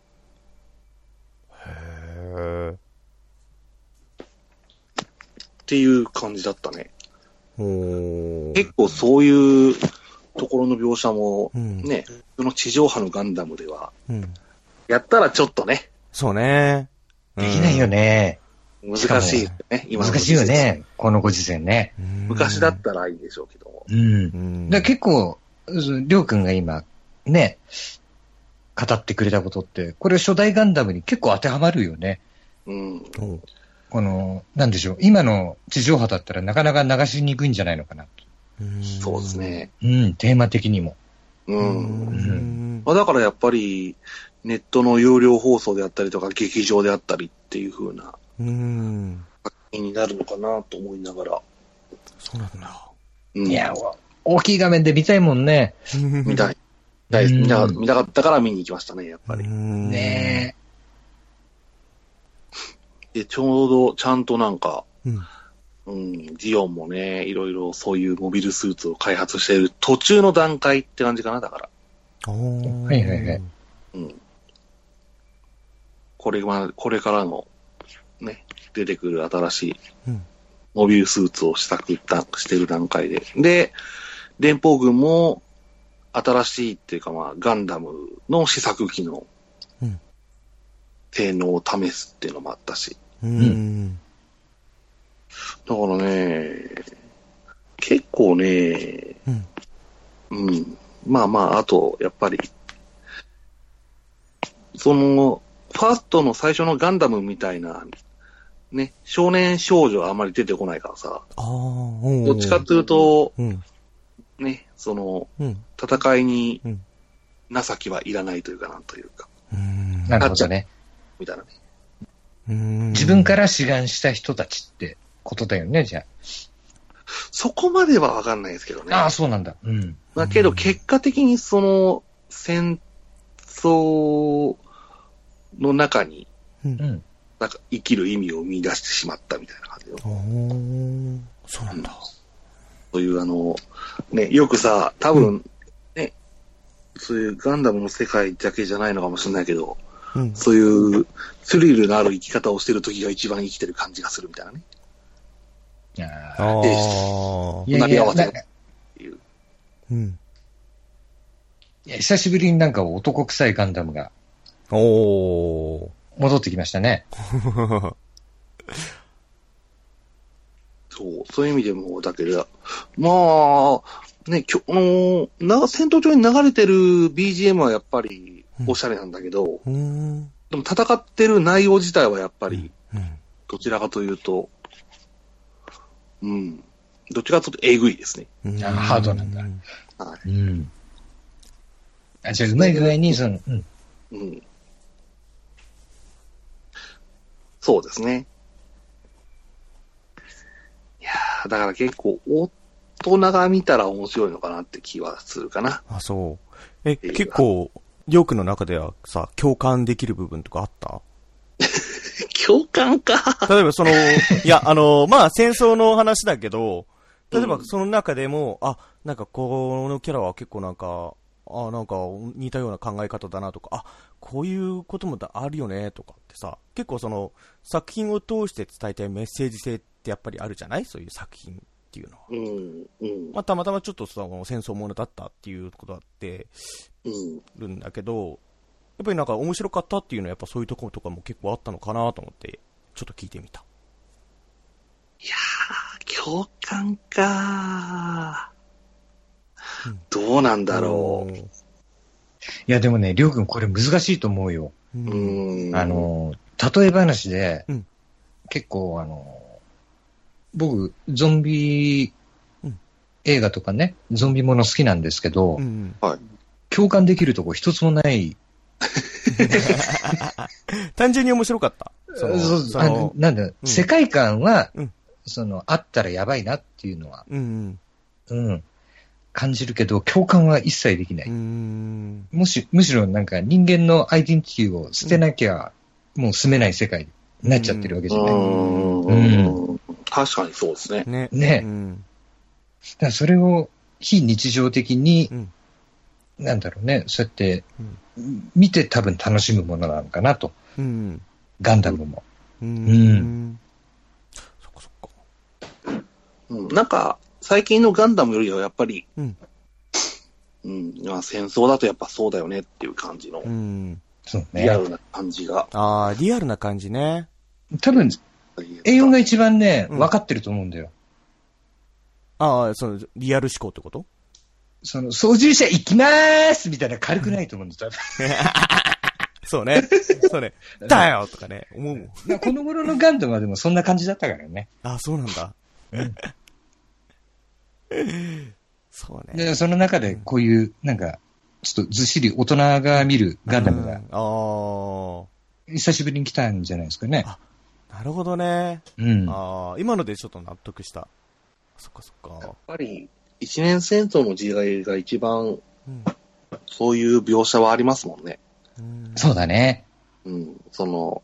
[SPEAKER 2] へ
[SPEAKER 1] っていう感じだったね。
[SPEAKER 2] え。おー
[SPEAKER 1] 結構そういうところの描写も、
[SPEAKER 2] うん。。
[SPEAKER 1] ね、その地上波のガンダムでは、
[SPEAKER 2] うん。
[SPEAKER 1] やったらちょっとね、
[SPEAKER 2] そうね。
[SPEAKER 3] できないよ
[SPEAKER 2] ね。
[SPEAKER 3] ね。
[SPEAKER 1] 難しいですね、今の
[SPEAKER 3] 難しいよね。このご時世ね。
[SPEAKER 2] うん
[SPEAKER 1] 昔だっ。たらいいでしょうけども。
[SPEAKER 3] うん
[SPEAKER 2] う。ん。
[SPEAKER 3] だから結構、うんりょうくんが今、ね、語ってくれたことって、これ初代ガンダムに結構当てはまるよね。
[SPEAKER 1] うん。
[SPEAKER 2] 構。
[SPEAKER 3] この、なんでしょう、今の地上波だったらなかなか流しにくいんじゃないのかなと。
[SPEAKER 1] そうです。ね。
[SPEAKER 3] うん、テーマ的にも。
[SPEAKER 1] う。
[SPEAKER 2] うんん。
[SPEAKER 1] まあ、だからやっぱり、ネットの有料放送であったりとか、劇場であったりっていう風な
[SPEAKER 2] うん。
[SPEAKER 1] 作品になるのかなと思いながら。
[SPEAKER 2] そうなんだ。
[SPEAKER 1] うん、
[SPEAKER 3] いや、お大きい画面で見たいもんね。
[SPEAKER 1] 見た
[SPEAKER 2] い。
[SPEAKER 1] い。見たいです
[SPEAKER 3] うん
[SPEAKER 1] 見たか見たかったから見に行きましたね、やっぱり。
[SPEAKER 2] ね
[SPEAKER 3] ね
[SPEAKER 1] で、ちょうどちゃんとなんか、
[SPEAKER 2] え。うん
[SPEAKER 1] うん、ディオンもね、いろいろそういうモビルスーツを開発している途中の段階って感じかな、だから。
[SPEAKER 2] おー
[SPEAKER 3] はいはいはい。
[SPEAKER 1] うん。これは、これからの、ね、出てくる新しい
[SPEAKER 2] うん。
[SPEAKER 1] モビルスーツを試作ったしてる段階で。で、連邦軍も新しいっていうかまあ、ガンダムの試作機の
[SPEAKER 2] うん
[SPEAKER 1] 性能を試すっていうのもあったし。
[SPEAKER 2] うん。
[SPEAKER 1] だからね、結構ね、
[SPEAKER 2] うん。
[SPEAKER 1] うん。まあまあ、あと、やっぱり、その、ファーストの最初のガンダムみたいな、ね、少年少女はあまり出てこないからさ、
[SPEAKER 2] ああ、うん。
[SPEAKER 1] どっちかというと、
[SPEAKER 2] うん。
[SPEAKER 1] ね、その、
[SPEAKER 2] うん。
[SPEAKER 1] 戦いに
[SPEAKER 2] うん
[SPEAKER 1] 情けはいらないというか、なんというか、
[SPEAKER 2] うん
[SPEAKER 3] え。なるほどね。
[SPEAKER 1] みたいなね。
[SPEAKER 2] うん
[SPEAKER 3] 自分から志願した人たちってことだよね、じゃ
[SPEAKER 1] そこまではわかんないですけどね。
[SPEAKER 3] あ。ああ、そうなんだ。うん。
[SPEAKER 1] だけど、
[SPEAKER 2] うん
[SPEAKER 1] 結果的にその、戦争の中に、
[SPEAKER 2] うん
[SPEAKER 3] うん。
[SPEAKER 1] なんか生きる意味を見出してしまったみたいな感じよ。
[SPEAKER 2] おーそうなんだ。
[SPEAKER 1] そういうあの、ね、よくさ、多分、ね、そういうガンダムの世界だけじゃないのかもしれないけど、
[SPEAKER 2] うん。
[SPEAKER 1] そういうスリルのある生き方をしてる時が一番生きてる感じがするみたいなね。
[SPEAKER 3] ああ
[SPEAKER 2] あ
[SPEAKER 1] で
[SPEAKER 2] あ
[SPEAKER 3] い。やい
[SPEAKER 1] 隣り合
[SPEAKER 3] や、
[SPEAKER 1] わせ
[SPEAKER 3] なんか
[SPEAKER 1] いう
[SPEAKER 2] うん。
[SPEAKER 3] いや久しぶりになんか男臭いガンダムが
[SPEAKER 2] おー。
[SPEAKER 3] 戻ってきましたね。
[SPEAKER 1] そう、そういう意味でも、だけど、まあ、ね、きょあのーな戦闘場に流れてる BGM はやっぱり
[SPEAKER 2] うん
[SPEAKER 1] おしゃれなんだけど、
[SPEAKER 2] うん。
[SPEAKER 1] でも戦ってる内容自体はやっぱり、
[SPEAKER 2] うん。
[SPEAKER 1] どちらかというと、うん、どちらかというとえぐいですね。
[SPEAKER 2] うん
[SPEAKER 3] あハードなんだ
[SPEAKER 1] は
[SPEAKER 3] うん。あ、じゃあ、うまい具合に、その、うん。
[SPEAKER 1] い。うん。そうですね。いやーだから結構、大人が見たら面白いのかなって気はするかな。
[SPEAKER 2] あ、そう。え、結構、ヨークの中ではさ、共感できる部分とかあった
[SPEAKER 1] 共感か。
[SPEAKER 2] 例えばその、いや、あの、まあ、戦争の話だけど、例えばその中でも、あ、なんかこのキャラは結構なんか、あ、なんか似たような考え方だなとか、あ、こういうこともだあるよねとかってさ、結構その、作品を通して伝えたいメッセージ性ってやっぱりあるじゃないそういう作品っていうのは。
[SPEAKER 1] うん、うん、
[SPEAKER 2] まあ、たまたまちょっとその戦争ものだったっていうことだって
[SPEAKER 1] うん。
[SPEAKER 2] るんだけど、やっぱりなんか面白かったっていうのはやっぱそういうところとかも結構あったのかなと思って、ちょっと聞いてみた。
[SPEAKER 1] 共感か
[SPEAKER 2] うん。
[SPEAKER 1] どうなんだろ
[SPEAKER 2] う。
[SPEAKER 3] いや、でもね、りょうくん、これ難しいと思うよ。
[SPEAKER 2] う
[SPEAKER 1] う。
[SPEAKER 2] ん。
[SPEAKER 1] うん。
[SPEAKER 3] あ、の、例え話で、
[SPEAKER 2] うん
[SPEAKER 3] 結構、あの、僕、ゾンビ
[SPEAKER 2] うん
[SPEAKER 3] 映画とかね、ゾンビもの好きなんですけど、
[SPEAKER 2] うん
[SPEAKER 3] 共感できるとこ一つもない、
[SPEAKER 2] 単純に面白かった。その、
[SPEAKER 3] そう
[SPEAKER 2] そ
[SPEAKER 3] あ
[SPEAKER 2] の
[SPEAKER 3] の、なんだ、
[SPEAKER 2] ん
[SPEAKER 3] 世界観は、
[SPEAKER 2] うん
[SPEAKER 3] その、あったらやばいなっていうのは、
[SPEAKER 2] うん。
[SPEAKER 3] うん、感じるけど、共感は一切できない。
[SPEAKER 2] うん。
[SPEAKER 3] むしむしろなんか人間のアイデンティティを捨てなきゃ、もう住めない世界になっちゃってるわけじゃない。だか
[SPEAKER 1] うん。確かにそうですね。
[SPEAKER 2] ね。
[SPEAKER 3] ね
[SPEAKER 2] うん。
[SPEAKER 3] らそれを非日常的に、
[SPEAKER 2] うん
[SPEAKER 3] なんだろうね、そうやって、見て多分楽しむものなのかなと。
[SPEAKER 2] うん。
[SPEAKER 3] ガンダムも。
[SPEAKER 2] う。
[SPEAKER 3] うん
[SPEAKER 2] そっかそっか。
[SPEAKER 1] うん、なんか、最近のガンダムよりはやっぱり、
[SPEAKER 2] うん。
[SPEAKER 1] うん、まあ戦争だとやっぱそうだよねっていう感じの
[SPEAKER 2] う、ん。
[SPEAKER 3] そう
[SPEAKER 1] リア
[SPEAKER 3] ね。
[SPEAKER 1] ルな感じが。
[SPEAKER 2] ああ、リアルな感じね。
[SPEAKER 3] 多分、A4 が一番ね、
[SPEAKER 2] うん
[SPEAKER 3] 分かってると思うんだよ。
[SPEAKER 2] ああ、その、リアル思考ってこと
[SPEAKER 3] その、操縦者行きまーすみたいな軽くないと思うんです、多分。
[SPEAKER 2] そうね。そうね。だよとかね、思うもん。
[SPEAKER 3] まあこの頃のガンダムはでもそんな感じだったからね。
[SPEAKER 2] あ、そうなんだ。そうね。
[SPEAKER 3] で、その中でこういう、なんか、ちょっとずっしり大人が見るガンダム
[SPEAKER 2] う
[SPEAKER 3] が
[SPEAKER 2] ん、あ
[SPEAKER 3] 久しぶりに来たんじゃないですかね
[SPEAKER 2] あ。あ、なるほどね。
[SPEAKER 3] うん。
[SPEAKER 2] ああ、今のでちょっと納得した。そっかそっか。
[SPEAKER 1] ぱり、一年戦争の時代が一番
[SPEAKER 2] うん
[SPEAKER 1] そういう描写はありますもんね。
[SPEAKER 2] うん
[SPEAKER 3] そうだね。
[SPEAKER 1] うん。その、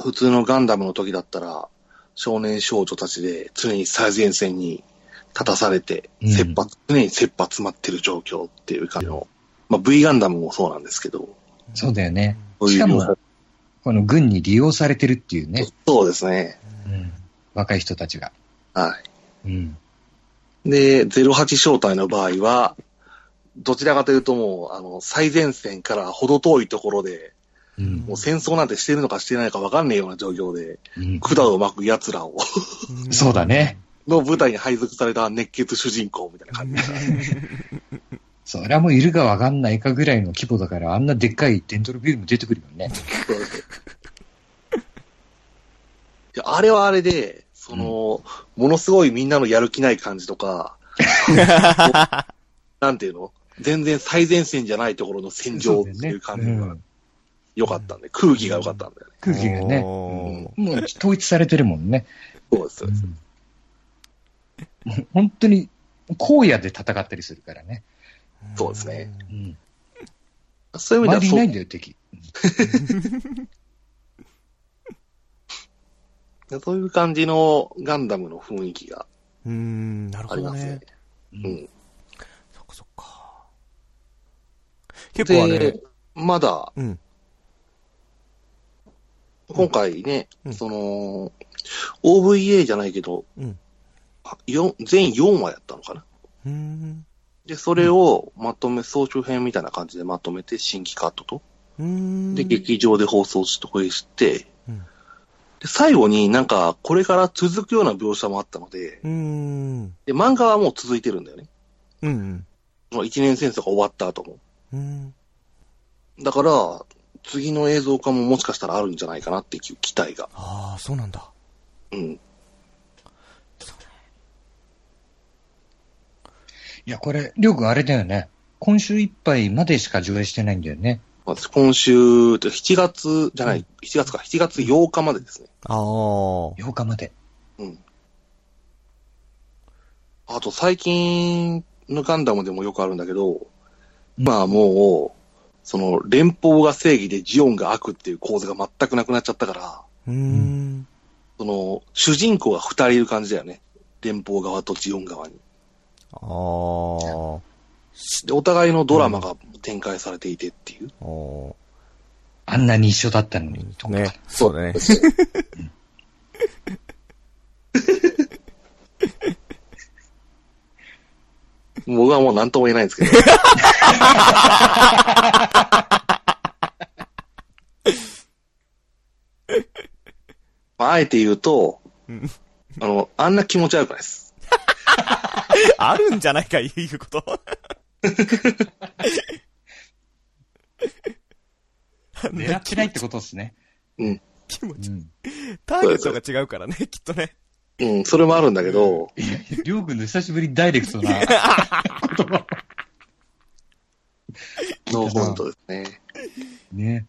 [SPEAKER 1] 普通のガンダムの時だったら、少年少女たちで常に最前線に立たされて、
[SPEAKER 3] うん
[SPEAKER 1] 切羽、常に切羽詰まってる状況っていう感じの、まあ V ガンダムもそうなんですけど、
[SPEAKER 3] そうだよね。
[SPEAKER 1] そうい
[SPEAKER 3] し
[SPEAKER 1] う
[SPEAKER 3] か
[SPEAKER 1] 描写
[SPEAKER 3] も、この軍に利用されてるっていうね。
[SPEAKER 1] そうですね。
[SPEAKER 3] うん。若い人たちが。
[SPEAKER 1] は
[SPEAKER 3] うん。
[SPEAKER 1] い。で、08正体の場合は、どちらかというともう、あの、最前線から程遠いところで、
[SPEAKER 3] うん。
[SPEAKER 1] もう戦争なんてしてるのかしてないのかわかんねえような状況で、
[SPEAKER 3] うん
[SPEAKER 1] 管を巻く奴らを
[SPEAKER 2] うん
[SPEAKER 3] そうだね。
[SPEAKER 1] の舞台に配属された熱血主人公みたいな感じですね。
[SPEAKER 3] そりゃもういるかわかんないかぐらいの規模だから、あんなでっかいデントロビウム出てくるよね。
[SPEAKER 1] いやあれはあれで、その、ものすごいみんなのやる気ない感じとか、なんていうの全然最前線じゃないところの戦場っていう感じ
[SPEAKER 3] う
[SPEAKER 1] が
[SPEAKER 3] ん
[SPEAKER 1] 良かったんで、空気が良かったんだよね。
[SPEAKER 3] 空気がね、
[SPEAKER 2] おー
[SPEAKER 3] もう統一されてるもんね。
[SPEAKER 1] そうです、そうです。
[SPEAKER 3] もう本当に、荒野で戦ったりするからね。
[SPEAKER 1] そうですね。
[SPEAKER 3] うん。
[SPEAKER 1] そういう意味
[SPEAKER 3] 周り
[SPEAKER 1] で
[SPEAKER 3] い
[SPEAKER 1] は
[SPEAKER 3] ない
[SPEAKER 1] そ
[SPEAKER 3] んだよ、敵。
[SPEAKER 1] う、そういう感じのガンダムの雰囲気が
[SPEAKER 2] うーん、なる
[SPEAKER 1] あ
[SPEAKER 2] ほ
[SPEAKER 1] り
[SPEAKER 2] ど
[SPEAKER 1] ます
[SPEAKER 2] ね
[SPEAKER 1] ね。。うん。
[SPEAKER 2] そっかそっか。結構あれ
[SPEAKER 1] で、、まだ、
[SPEAKER 2] うん。
[SPEAKER 1] 今回ね、
[SPEAKER 2] うん
[SPEAKER 1] その、OVA じゃないけど、
[SPEAKER 2] うん
[SPEAKER 1] よ全4話やったのかな。
[SPEAKER 2] うーん。
[SPEAKER 1] で、それをまとめ、総集編みたいな感じでまとめて、新規カットと。
[SPEAKER 2] うーん。
[SPEAKER 1] で、劇場で放送して、これして、
[SPEAKER 2] うん
[SPEAKER 1] で、最後になんか、これから続くような描写もあったので、
[SPEAKER 2] うーん。
[SPEAKER 1] で、漫画はもう続いてるんだよね。
[SPEAKER 2] うんうん。
[SPEAKER 1] その1年戦争が終わった後も。
[SPEAKER 2] うん。
[SPEAKER 1] だから、次の映像化ももしかしたらあるんじゃないかなっていう期待が。
[SPEAKER 2] ああ、そうなんだ。
[SPEAKER 1] うん。
[SPEAKER 3] いや、これ、りょうくんあれだよね。今週いっぱいまでしか上映してないんだよね。
[SPEAKER 1] まあ今週、7月じゃない、7月か、7月8日までですね。
[SPEAKER 2] ああ。
[SPEAKER 3] 8日まで。
[SPEAKER 1] うん。あと最近のガンダムでもよくあるんだけど、
[SPEAKER 3] うん
[SPEAKER 1] まあもう、その連邦が正義でジオンが悪っていう構図が全くなくなっちゃったから、
[SPEAKER 2] うーん。
[SPEAKER 1] その主人公が二人いる感じだよね。連邦側とジオン側に。
[SPEAKER 2] ああ。
[SPEAKER 1] で、お互いのドラマが展開されていてっていう。
[SPEAKER 2] あー
[SPEAKER 3] あんなに一緒だったのに。とか
[SPEAKER 2] ね。そうだね。
[SPEAKER 1] 僕はもう何とも言えないんですけど。まあ、あえて言うと、
[SPEAKER 2] うん
[SPEAKER 1] あの、あんな気持ち悪くないです。
[SPEAKER 2] あるんじゃないか、いうこと。
[SPEAKER 3] 狙ってないってことですね。
[SPEAKER 1] うん。
[SPEAKER 2] 気持ち
[SPEAKER 3] うん。
[SPEAKER 2] ターゲットが違うからね、きっとね。
[SPEAKER 1] うん、それもあるんだけど、
[SPEAKER 3] いやいやりょうくんの久しぶりにダイレクトな言葉。
[SPEAKER 1] ノーコメントですね。
[SPEAKER 3] ね。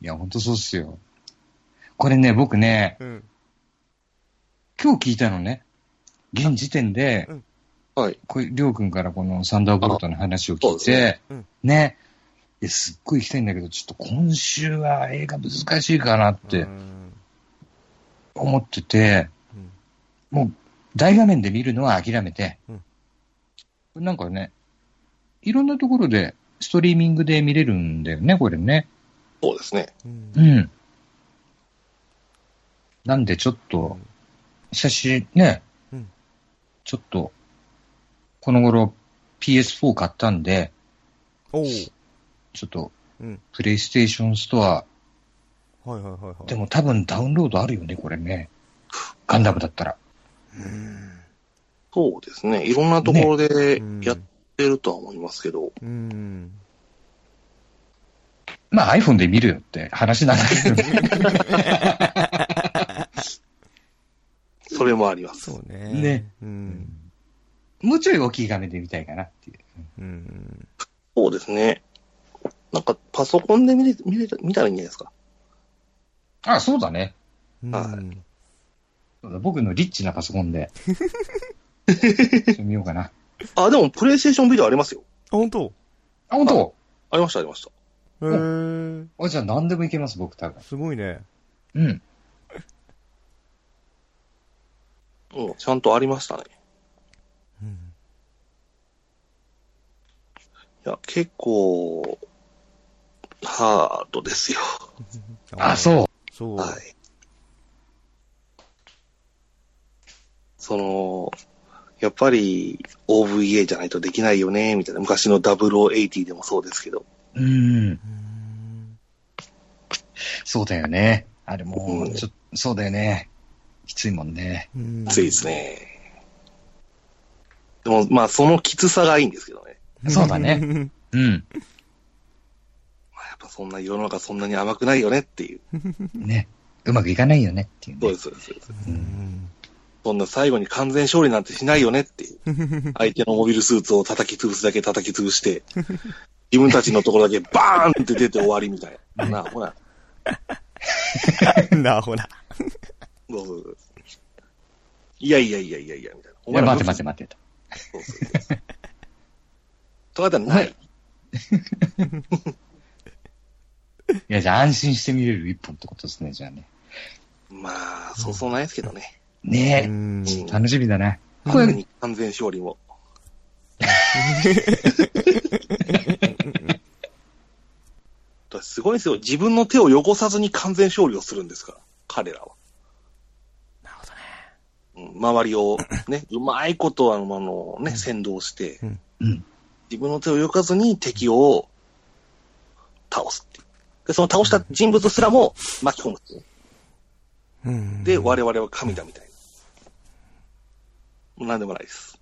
[SPEAKER 3] いや、ほんとそうっすよ。これね、僕ね、
[SPEAKER 2] うん。
[SPEAKER 3] 今日聞いたのね。現時点で
[SPEAKER 2] うん、
[SPEAKER 1] はい。
[SPEAKER 3] こうりょうくんからこのサンダーボルトの話を
[SPEAKER 1] あそ
[SPEAKER 3] 聞
[SPEAKER 1] う
[SPEAKER 3] い
[SPEAKER 1] です
[SPEAKER 3] て
[SPEAKER 1] ね、
[SPEAKER 2] うん
[SPEAKER 3] ね。いや、すっごい行きたいんだけど、ちょっと今週は映画難しいかなっ
[SPEAKER 2] う
[SPEAKER 3] て
[SPEAKER 2] ん
[SPEAKER 3] 思ってて、
[SPEAKER 2] うん
[SPEAKER 3] もう大画面で見るのは諦めて、
[SPEAKER 2] うん
[SPEAKER 3] なんかね、いろんなところでストリーミングで見れるんだよね、これね。
[SPEAKER 1] そうですね。
[SPEAKER 2] うん
[SPEAKER 3] うん。なんでちょっと、久し、ね、
[SPEAKER 2] うん
[SPEAKER 3] ちょっと、この頃 PS4 買ったんで、
[SPEAKER 2] おう。
[SPEAKER 3] ちょっと
[SPEAKER 2] うん。
[SPEAKER 3] プレイステーションストア、
[SPEAKER 2] はいはいはいはい。
[SPEAKER 3] でも多分ダウンロードあるよね、これね。ガンダムだったら。
[SPEAKER 1] そうですね。いろんなところで
[SPEAKER 2] うん、
[SPEAKER 1] やってるとは思いますけど、
[SPEAKER 2] うん。
[SPEAKER 3] まあ iPhone で見るよって話なんだけどね。
[SPEAKER 1] それもあります。
[SPEAKER 2] そうね。
[SPEAKER 3] ね
[SPEAKER 2] うん。
[SPEAKER 3] もうちょい大きい画面で見たいかなっていう。
[SPEAKER 2] うん。
[SPEAKER 1] そうですね。なんか、パソコンで見れ、見れ、見たらいいんじゃないですか。
[SPEAKER 3] あ、そうだね。
[SPEAKER 2] うん
[SPEAKER 1] は
[SPEAKER 3] そうだ僕のリッチなパソコン で。見ようかな。
[SPEAKER 1] あ、でも、プレイステーションビデオありますよ。
[SPEAKER 2] あ、本当
[SPEAKER 3] あ、本当
[SPEAKER 1] ありました、ありました。
[SPEAKER 2] へー
[SPEAKER 3] あ、じゃあ何でもいけます、僕多分。
[SPEAKER 2] すごいね。
[SPEAKER 3] うん。
[SPEAKER 1] うん、ちゃんとありましたね。
[SPEAKER 2] うん。
[SPEAKER 1] いや、結構、ハードですよ。
[SPEAKER 3] あ、そう。
[SPEAKER 2] う。そう。
[SPEAKER 1] はい。その、やっぱり OVA じゃないとできないよね、みたいな。昔の0080でもそうですけど。
[SPEAKER 3] う
[SPEAKER 2] う
[SPEAKER 3] ん。
[SPEAKER 2] ん
[SPEAKER 3] そうだよね。あれもう、ちょっと、そうだよね。きついもんね。
[SPEAKER 2] うん
[SPEAKER 1] ついですね。でも、まあ、そのきつさがいいんですけどね。
[SPEAKER 3] そうだね。 うん。
[SPEAKER 1] まあ、やっぱそんな世の中そんなに甘くないよねっていう。
[SPEAKER 3] ね。うまくいかないよねっていう、
[SPEAKER 1] そう
[SPEAKER 3] ね
[SPEAKER 1] です、そうです。そうです
[SPEAKER 2] うん
[SPEAKER 1] そんな最後に完全勝利なんてしないよねっていう。 相手のモビルスーツを叩き潰すだけ叩き潰して、自分たちのところだけバーンって出て終わりみたいな。なあ、ほら。
[SPEAKER 2] なあ、ほら。
[SPEAKER 1] どうぞどうぞ。いやいやいやいやいや、みたいな。お
[SPEAKER 3] いや待て
[SPEAKER 1] て
[SPEAKER 3] 待て待てと。
[SPEAKER 1] そうそうそうとかだったらない。
[SPEAKER 3] いや、じゃあ安心して見れる一本ってことですね、じゃあね。
[SPEAKER 1] まあ、そうそうないですけどね。
[SPEAKER 2] う
[SPEAKER 3] ね
[SPEAKER 2] ん
[SPEAKER 3] え、楽しみだな。こ
[SPEAKER 1] これ
[SPEAKER 3] れ、
[SPEAKER 1] に完全勝利も。だからすごいですよ。自分の手を汚さずに完全勝利をするんですから、彼らは。
[SPEAKER 2] なるほどね。
[SPEAKER 1] うん周りをね、 うまいことあの、あのね、先導して、
[SPEAKER 3] うん。
[SPEAKER 1] 自分の手をよかずに敵を倒すっていうで、その倒した人物すらも巻き込むっていう
[SPEAKER 2] うん
[SPEAKER 1] で、我々は神だみたいな。なんでもないです。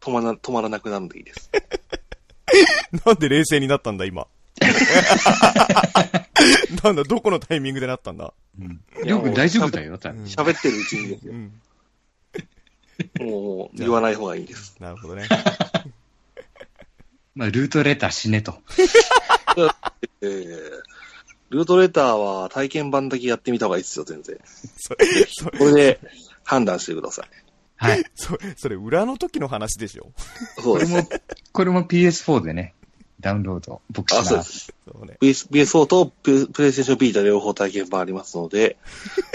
[SPEAKER 1] 止まら、止まらなくなるんでいいです。
[SPEAKER 2] なんで冷静になったんだ、 今。なんだ、どこのタイミングでなったんだ。
[SPEAKER 1] い
[SPEAKER 3] り
[SPEAKER 1] や
[SPEAKER 3] ょうくん大丈夫だよ、多分。
[SPEAKER 1] 喋ってるうちにです
[SPEAKER 2] う
[SPEAKER 1] よ。
[SPEAKER 2] ん。
[SPEAKER 1] もう、言わない方がいいです。
[SPEAKER 2] なるほどね。
[SPEAKER 3] まあ、ルートレター死ねと。
[SPEAKER 1] えー、ルートレターは体験版だけやってみた方がいいですよ、全然。
[SPEAKER 2] それ、それ、
[SPEAKER 1] これで判断してください。
[SPEAKER 3] はい。
[SPEAKER 2] それ、それ裏の時の話でしょ。
[SPEAKER 1] そう
[SPEAKER 3] こ
[SPEAKER 1] で
[SPEAKER 3] れ
[SPEAKER 1] す。
[SPEAKER 3] も、これも PS4 でね、ダウンロード、僕
[SPEAKER 1] あ、
[SPEAKER 3] し
[SPEAKER 1] そう
[SPEAKER 3] ま。
[SPEAKER 1] ですす。
[SPEAKER 2] そうね。
[SPEAKER 1] PS- PS4 とププレイステーションビータ両方体験版ありますので、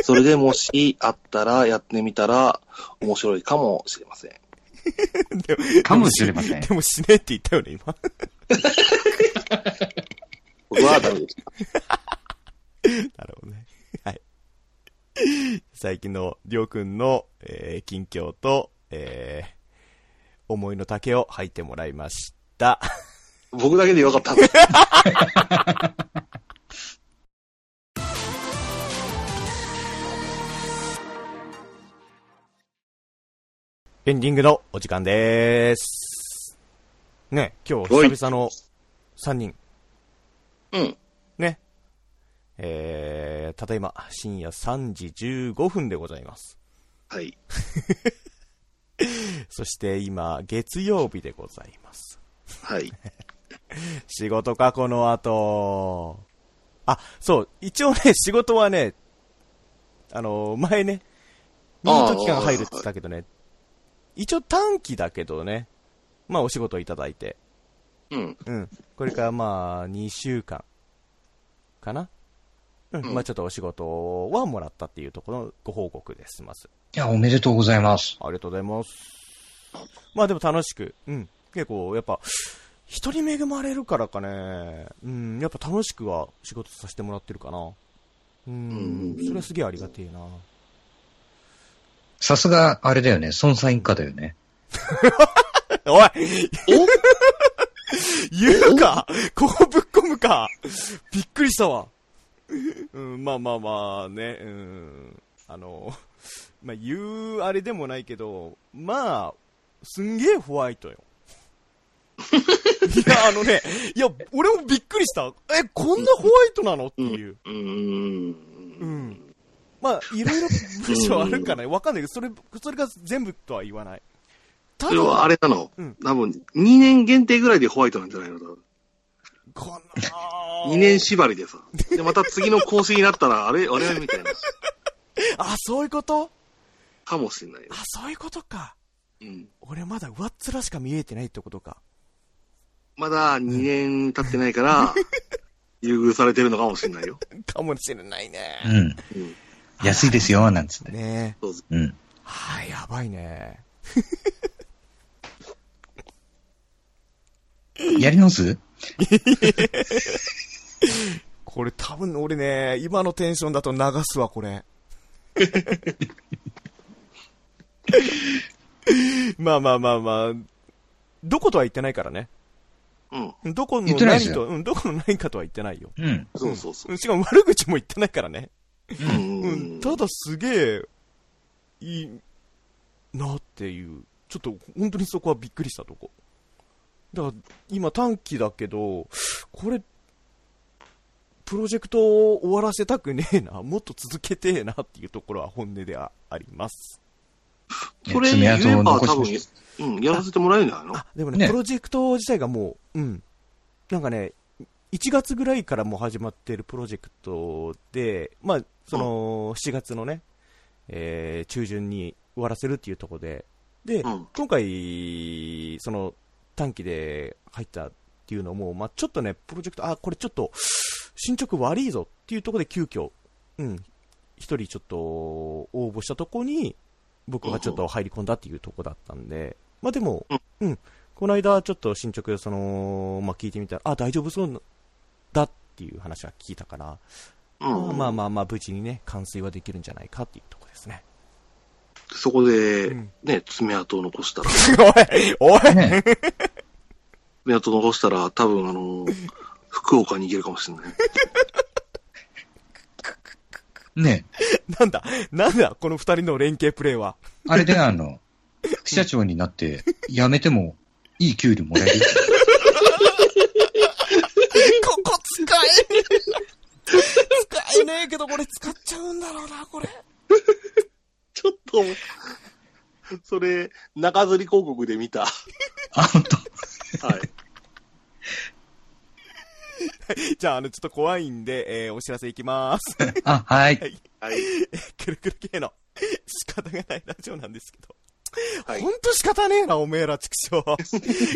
[SPEAKER 1] それでもしあったらやってみたら面白いかもしれません。
[SPEAKER 3] かもしれません
[SPEAKER 2] で。も死ねって言ったよね、今。
[SPEAKER 1] 僕はダメです。
[SPEAKER 2] なるほどね。はい。最近のりょうくんの、えー近況と、えー思いの丈を吐いてもらいました。
[SPEAKER 1] 僕だけでよかったんです。
[SPEAKER 2] エンディングのお時間でーす。ね、今日久々の3人。
[SPEAKER 1] うん。
[SPEAKER 2] ね。えー、ただいま、深夜3時15分でございます。
[SPEAKER 1] はい。
[SPEAKER 2] そして今、月曜日でございます。
[SPEAKER 1] はい。
[SPEAKER 2] 仕事か、この後。あ、そう、一応ね、 仕事はね、あの、前ね、ミート期間入るって言ったけどね、一応短期だけどね、まあお仕事いただいて、
[SPEAKER 1] うん。
[SPEAKER 2] うん。これからまあ、2週間、かな。うん。
[SPEAKER 1] うん
[SPEAKER 2] まあちょっとお仕事はもらったっていうところのご報告です、まず。
[SPEAKER 3] いや、おめでとうございます。
[SPEAKER 2] ありがとうございます。まあでも楽しく、うん。結構、やっぱ、人に恵まれるからかね、うん、やっぱ楽しくは仕事させてもらってるかな。う
[SPEAKER 1] うんん、
[SPEAKER 2] それはすげえありがてえな。
[SPEAKER 3] さすが、あれだよね、孫さん一家だよね。
[SPEAKER 2] おい 言うかここぶっ込むかびっくりしたわ。うん、まあまあまあね、うん。あの、まあ言うあれでもないけど、まあ、すんげえホワイトよ。いや、あのね、いや、俺もびっくりした。え、こんなホワイトなのっていう。
[SPEAKER 1] うー。
[SPEAKER 2] うんん。まあ、いろいろ部署あるかなわかんないけど、それ、それが全部とは言わない。た
[SPEAKER 1] それはあ
[SPEAKER 2] だ、
[SPEAKER 1] れなの、
[SPEAKER 2] うん
[SPEAKER 1] 多分、2年限定ぐらいでホワイトなんじゃないの多分
[SPEAKER 2] こんな
[SPEAKER 1] 2年縛りでさ。で、また次の更新になったら、あれあれみたいな。
[SPEAKER 2] あ、そういうこと
[SPEAKER 1] かもしれないよ
[SPEAKER 2] あ、。そういうことか。
[SPEAKER 1] うん。
[SPEAKER 2] 俺まだ上っ面しか見えてないってことか。
[SPEAKER 1] まだ2年経ってないから、優遇されてるのかもしれないよ。
[SPEAKER 2] かもしれないね。
[SPEAKER 3] うん。
[SPEAKER 1] うん。
[SPEAKER 3] 安いですよ、なんつって。
[SPEAKER 2] ねえ。
[SPEAKER 1] そうです
[SPEAKER 3] うん。
[SPEAKER 2] はい、やばいね。
[SPEAKER 3] やり直す
[SPEAKER 2] これ多分俺ね、今のテンションだと流すわ、こ れ。まあまあまあまあ、どことは言ってないからね。
[SPEAKER 1] うん。
[SPEAKER 2] どこの
[SPEAKER 3] 言ってないで
[SPEAKER 2] 何
[SPEAKER 3] す
[SPEAKER 2] と、
[SPEAKER 3] よ
[SPEAKER 2] うん、どこの何かとは言ってないよ。
[SPEAKER 3] うん。
[SPEAKER 1] そうそうそう
[SPEAKER 2] う。んしかも悪口も言ってないからね。
[SPEAKER 1] うん
[SPEAKER 2] う、
[SPEAKER 1] うんん
[SPEAKER 2] ただすげえ、いいなっていう。ちょっと本当にそこはびっくりしたとこ。だから今短期だけど、これ、プロジェクトを終わらせたくねえな、もっと続けてえなっていうところは本音ではあります。
[SPEAKER 1] それ言えば多分、うん、やらせてもらえるんじゃないの
[SPEAKER 2] あ、でもね、
[SPEAKER 3] ね
[SPEAKER 2] プロジェクト自体がもう、うん。なんかね、1月ぐらいからもう始まってるプロジェクトで、まあ、その、7月のね、えー中旬に終わらせるっていうところで、で、
[SPEAKER 1] うん
[SPEAKER 2] 今回、その、短期で入ったっていうのも、まあ、ちょっとね、プロジェクト、あ、これちょっと、進捗悪いぞっていうところで急遽、うん、一人ちょっと応募したとこに、僕がちょっと入り込んだっていうところだったんで、まあでも、うん、この間ちょっと進捗、その、まあ聞いてみたら、あ、大丈夫そうだっていう話は聞いたから、
[SPEAKER 1] うん。
[SPEAKER 2] まあまあまあ、無事にね、完遂はできるんじゃないかっていうところですね。
[SPEAKER 1] そこで
[SPEAKER 2] うん、
[SPEAKER 1] ね、爪痕を残したら、
[SPEAKER 2] おいおい
[SPEAKER 3] ね。
[SPEAKER 1] 爪痕残したら、多分あ の、福岡に行けるかもしれない。
[SPEAKER 3] ね。
[SPEAKER 2] なんだなんだこの二人の連携プレーは。
[SPEAKER 3] あれで、あの、副社長になって、辞めても、いい給料も らえる。
[SPEAKER 2] ここ使え使えねえけど、これ使っちゃうんだろうな、これ。
[SPEAKER 1] ちょっと、それ、中吊り広告で見た。は
[SPEAKER 3] あ、本当。
[SPEAKER 1] い。
[SPEAKER 2] じゃあ、あの、ちょっと怖いんで、えーお知らせいきます。
[SPEAKER 3] あ、はい。
[SPEAKER 1] はい。
[SPEAKER 2] くるくる系の仕方がないラジオなんですけど。
[SPEAKER 1] はい
[SPEAKER 2] ほんと仕方ねえな、おめえら、畜生。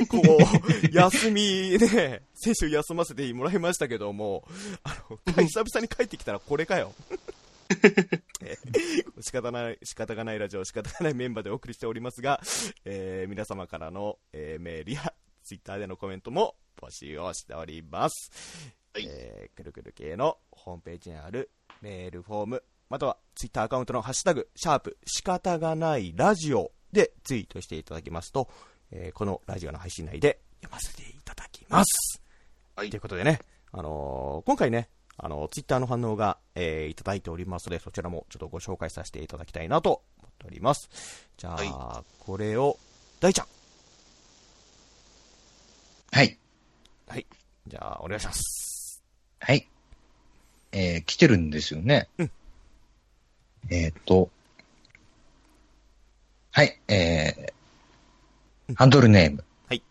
[SPEAKER 2] こう、休みね、先週休ませてもらいましたけども、あの、久々に帰ってきたらこれかよ。えー 仕方ない、仕方がないラジオ、仕方がないメンバーでお送りしておりますが、 えー皆様からの、えーメールや、ツイッターでのコメントも募集をしております。
[SPEAKER 1] はい
[SPEAKER 2] えーくるくる系のホームページにあるメールフォーム、またはツイッターアカウントのハッシュタグ、シャープ、仕方がないラジオでツイートしていただきますと、えーこのラジオの配信内で読ませていただきます。
[SPEAKER 1] はい
[SPEAKER 2] ということでね、あのー今回ね、あのツイッター Twitter の反応が、えーいただいておりますので、そちらもちょっとご紹介させていただきたいなと思っております。じゃあ、
[SPEAKER 1] は
[SPEAKER 2] これを、大ちゃん。
[SPEAKER 3] はい。
[SPEAKER 2] はい。じゃあ、お願いします。
[SPEAKER 3] はい。えー来てるんですよね。
[SPEAKER 2] うん
[SPEAKER 3] えーっと。はい、え
[SPEAKER 2] うん
[SPEAKER 3] ー、ハンドルネーム。
[SPEAKER 2] はい。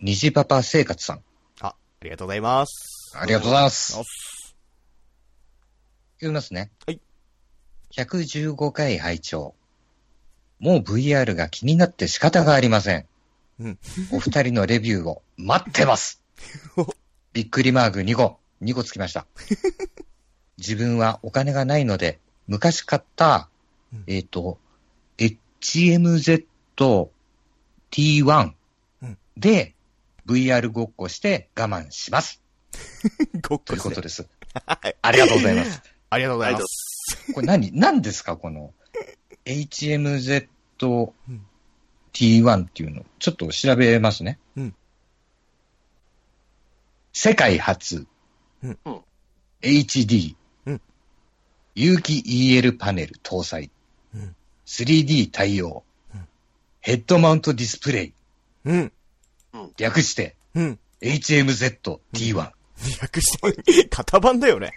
[SPEAKER 3] 虹パパ生活さん。
[SPEAKER 2] あ、ありがとうございます。
[SPEAKER 3] ありがとうございま
[SPEAKER 2] お
[SPEAKER 3] す
[SPEAKER 2] っ。す
[SPEAKER 3] 読みますね。
[SPEAKER 2] はい。
[SPEAKER 3] 115回拝聴。もう VR が気になって仕方がありません。
[SPEAKER 2] うん。
[SPEAKER 3] お二人のレビューを待って ます
[SPEAKER 2] お。
[SPEAKER 3] びっくりマーク2個、2個つきました。自分はお金がないので、昔買った
[SPEAKER 2] うん、
[SPEAKER 3] えっ、と、HMZ-T1
[SPEAKER 2] うん
[SPEAKER 3] で VR ごっこして我慢します。
[SPEAKER 2] ごっこ
[SPEAKER 3] という
[SPEAKER 2] し
[SPEAKER 3] こと
[SPEAKER 2] て。
[SPEAKER 3] です。ありがとうございます。
[SPEAKER 2] ありがとうございます。
[SPEAKER 3] これ何、何ですかこの HMZ
[SPEAKER 2] ん
[SPEAKER 3] T1 っていうの。ちょっと調べますね。
[SPEAKER 2] うん
[SPEAKER 3] 世界初。
[SPEAKER 2] うん
[SPEAKER 1] うん
[SPEAKER 3] HD。
[SPEAKER 2] うん
[SPEAKER 3] 有機 EL パネル搭載。
[SPEAKER 2] うん
[SPEAKER 3] 3D 対応、
[SPEAKER 2] うん
[SPEAKER 3] ヘッドマウントディスプレイ。
[SPEAKER 2] うん。
[SPEAKER 1] うん。
[SPEAKER 3] 略して、
[SPEAKER 2] うん。
[SPEAKER 3] HMZT1。
[SPEAKER 2] 略して、型番だよね。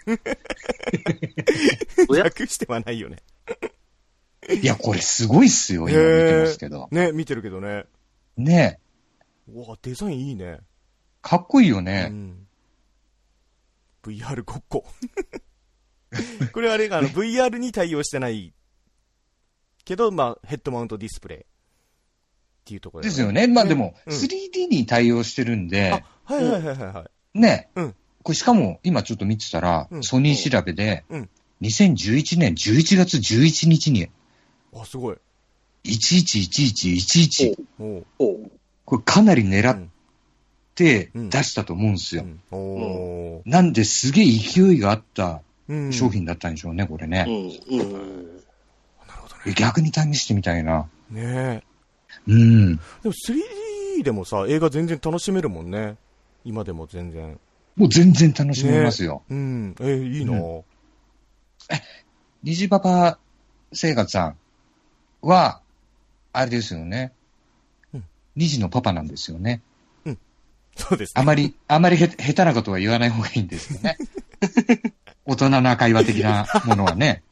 [SPEAKER 1] おや
[SPEAKER 2] 略してはないよね。
[SPEAKER 3] いや、これすごいっすよ、今見てますけど。
[SPEAKER 2] ね、見てるけどね。
[SPEAKER 3] ねえ
[SPEAKER 2] うわデザインいいね。
[SPEAKER 3] かっこいいよ
[SPEAKER 2] う
[SPEAKER 3] ね。
[SPEAKER 2] ん。VR ごっこ。 これはあれが、あの、VR に対応してないけど、まあ、ヘッドマウントディスプレイっていうところ
[SPEAKER 3] ですよ。ね。まあ
[SPEAKER 2] ね
[SPEAKER 3] でも、
[SPEAKER 2] うん
[SPEAKER 3] 3D に対応してるんで
[SPEAKER 2] あ、、はいはいはいはいはい。
[SPEAKER 3] ねえ
[SPEAKER 2] うん
[SPEAKER 3] これしかも、今ちょっと見てたら
[SPEAKER 2] う、ん
[SPEAKER 3] ソニー調べで
[SPEAKER 2] うん、
[SPEAKER 3] 2011年11月11日に、
[SPEAKER 2] あ、すごい。
[SPEAKER 3] 111111、
[SPEAKER 2] おう
[SPEAKER 1] おう
[SPEAKER 3] これかなり狙って
[SPEAKER 2] うん
[SPEAKER 3] 出したと思うんですよ。
[SPEAKER 2] おお
[SPEAKER 3] なんで、すげえ勢いがあった
[SPEAKER 2] ー
[SPEAKER 3] 商。品だったんでしょうね、これ
[SPEAKER 1] う
[SPEAKER 3] ね。
[SPEAKER 1] ん、うん。
[SPEAKER 2] うんなるほど
[SPEAKER 3] え逆に試してみたいな。
[SPEAKER 2] ね。ね
[SPEAKER 3] うん。
[SPEAKER 2] え。でも 3D でもさ、映画全然楽しめるもんね。今でも全然。
[SPEAKER 3] もう全然楽しめますよ。
[SPEAKER 2] うん。えー、いいな、
[SPEAKER 3] う虹パパ生活さんは、あれですよね
[SPEAKER 2] うん。
[SPEAKER 3] 虹のパパなんですよね。
[SPEAKER 2] そうです
[SPEAKER 3] あまり、あまりへ下手なことは言わない方がいいんで すよね。大人な会話的なものはね。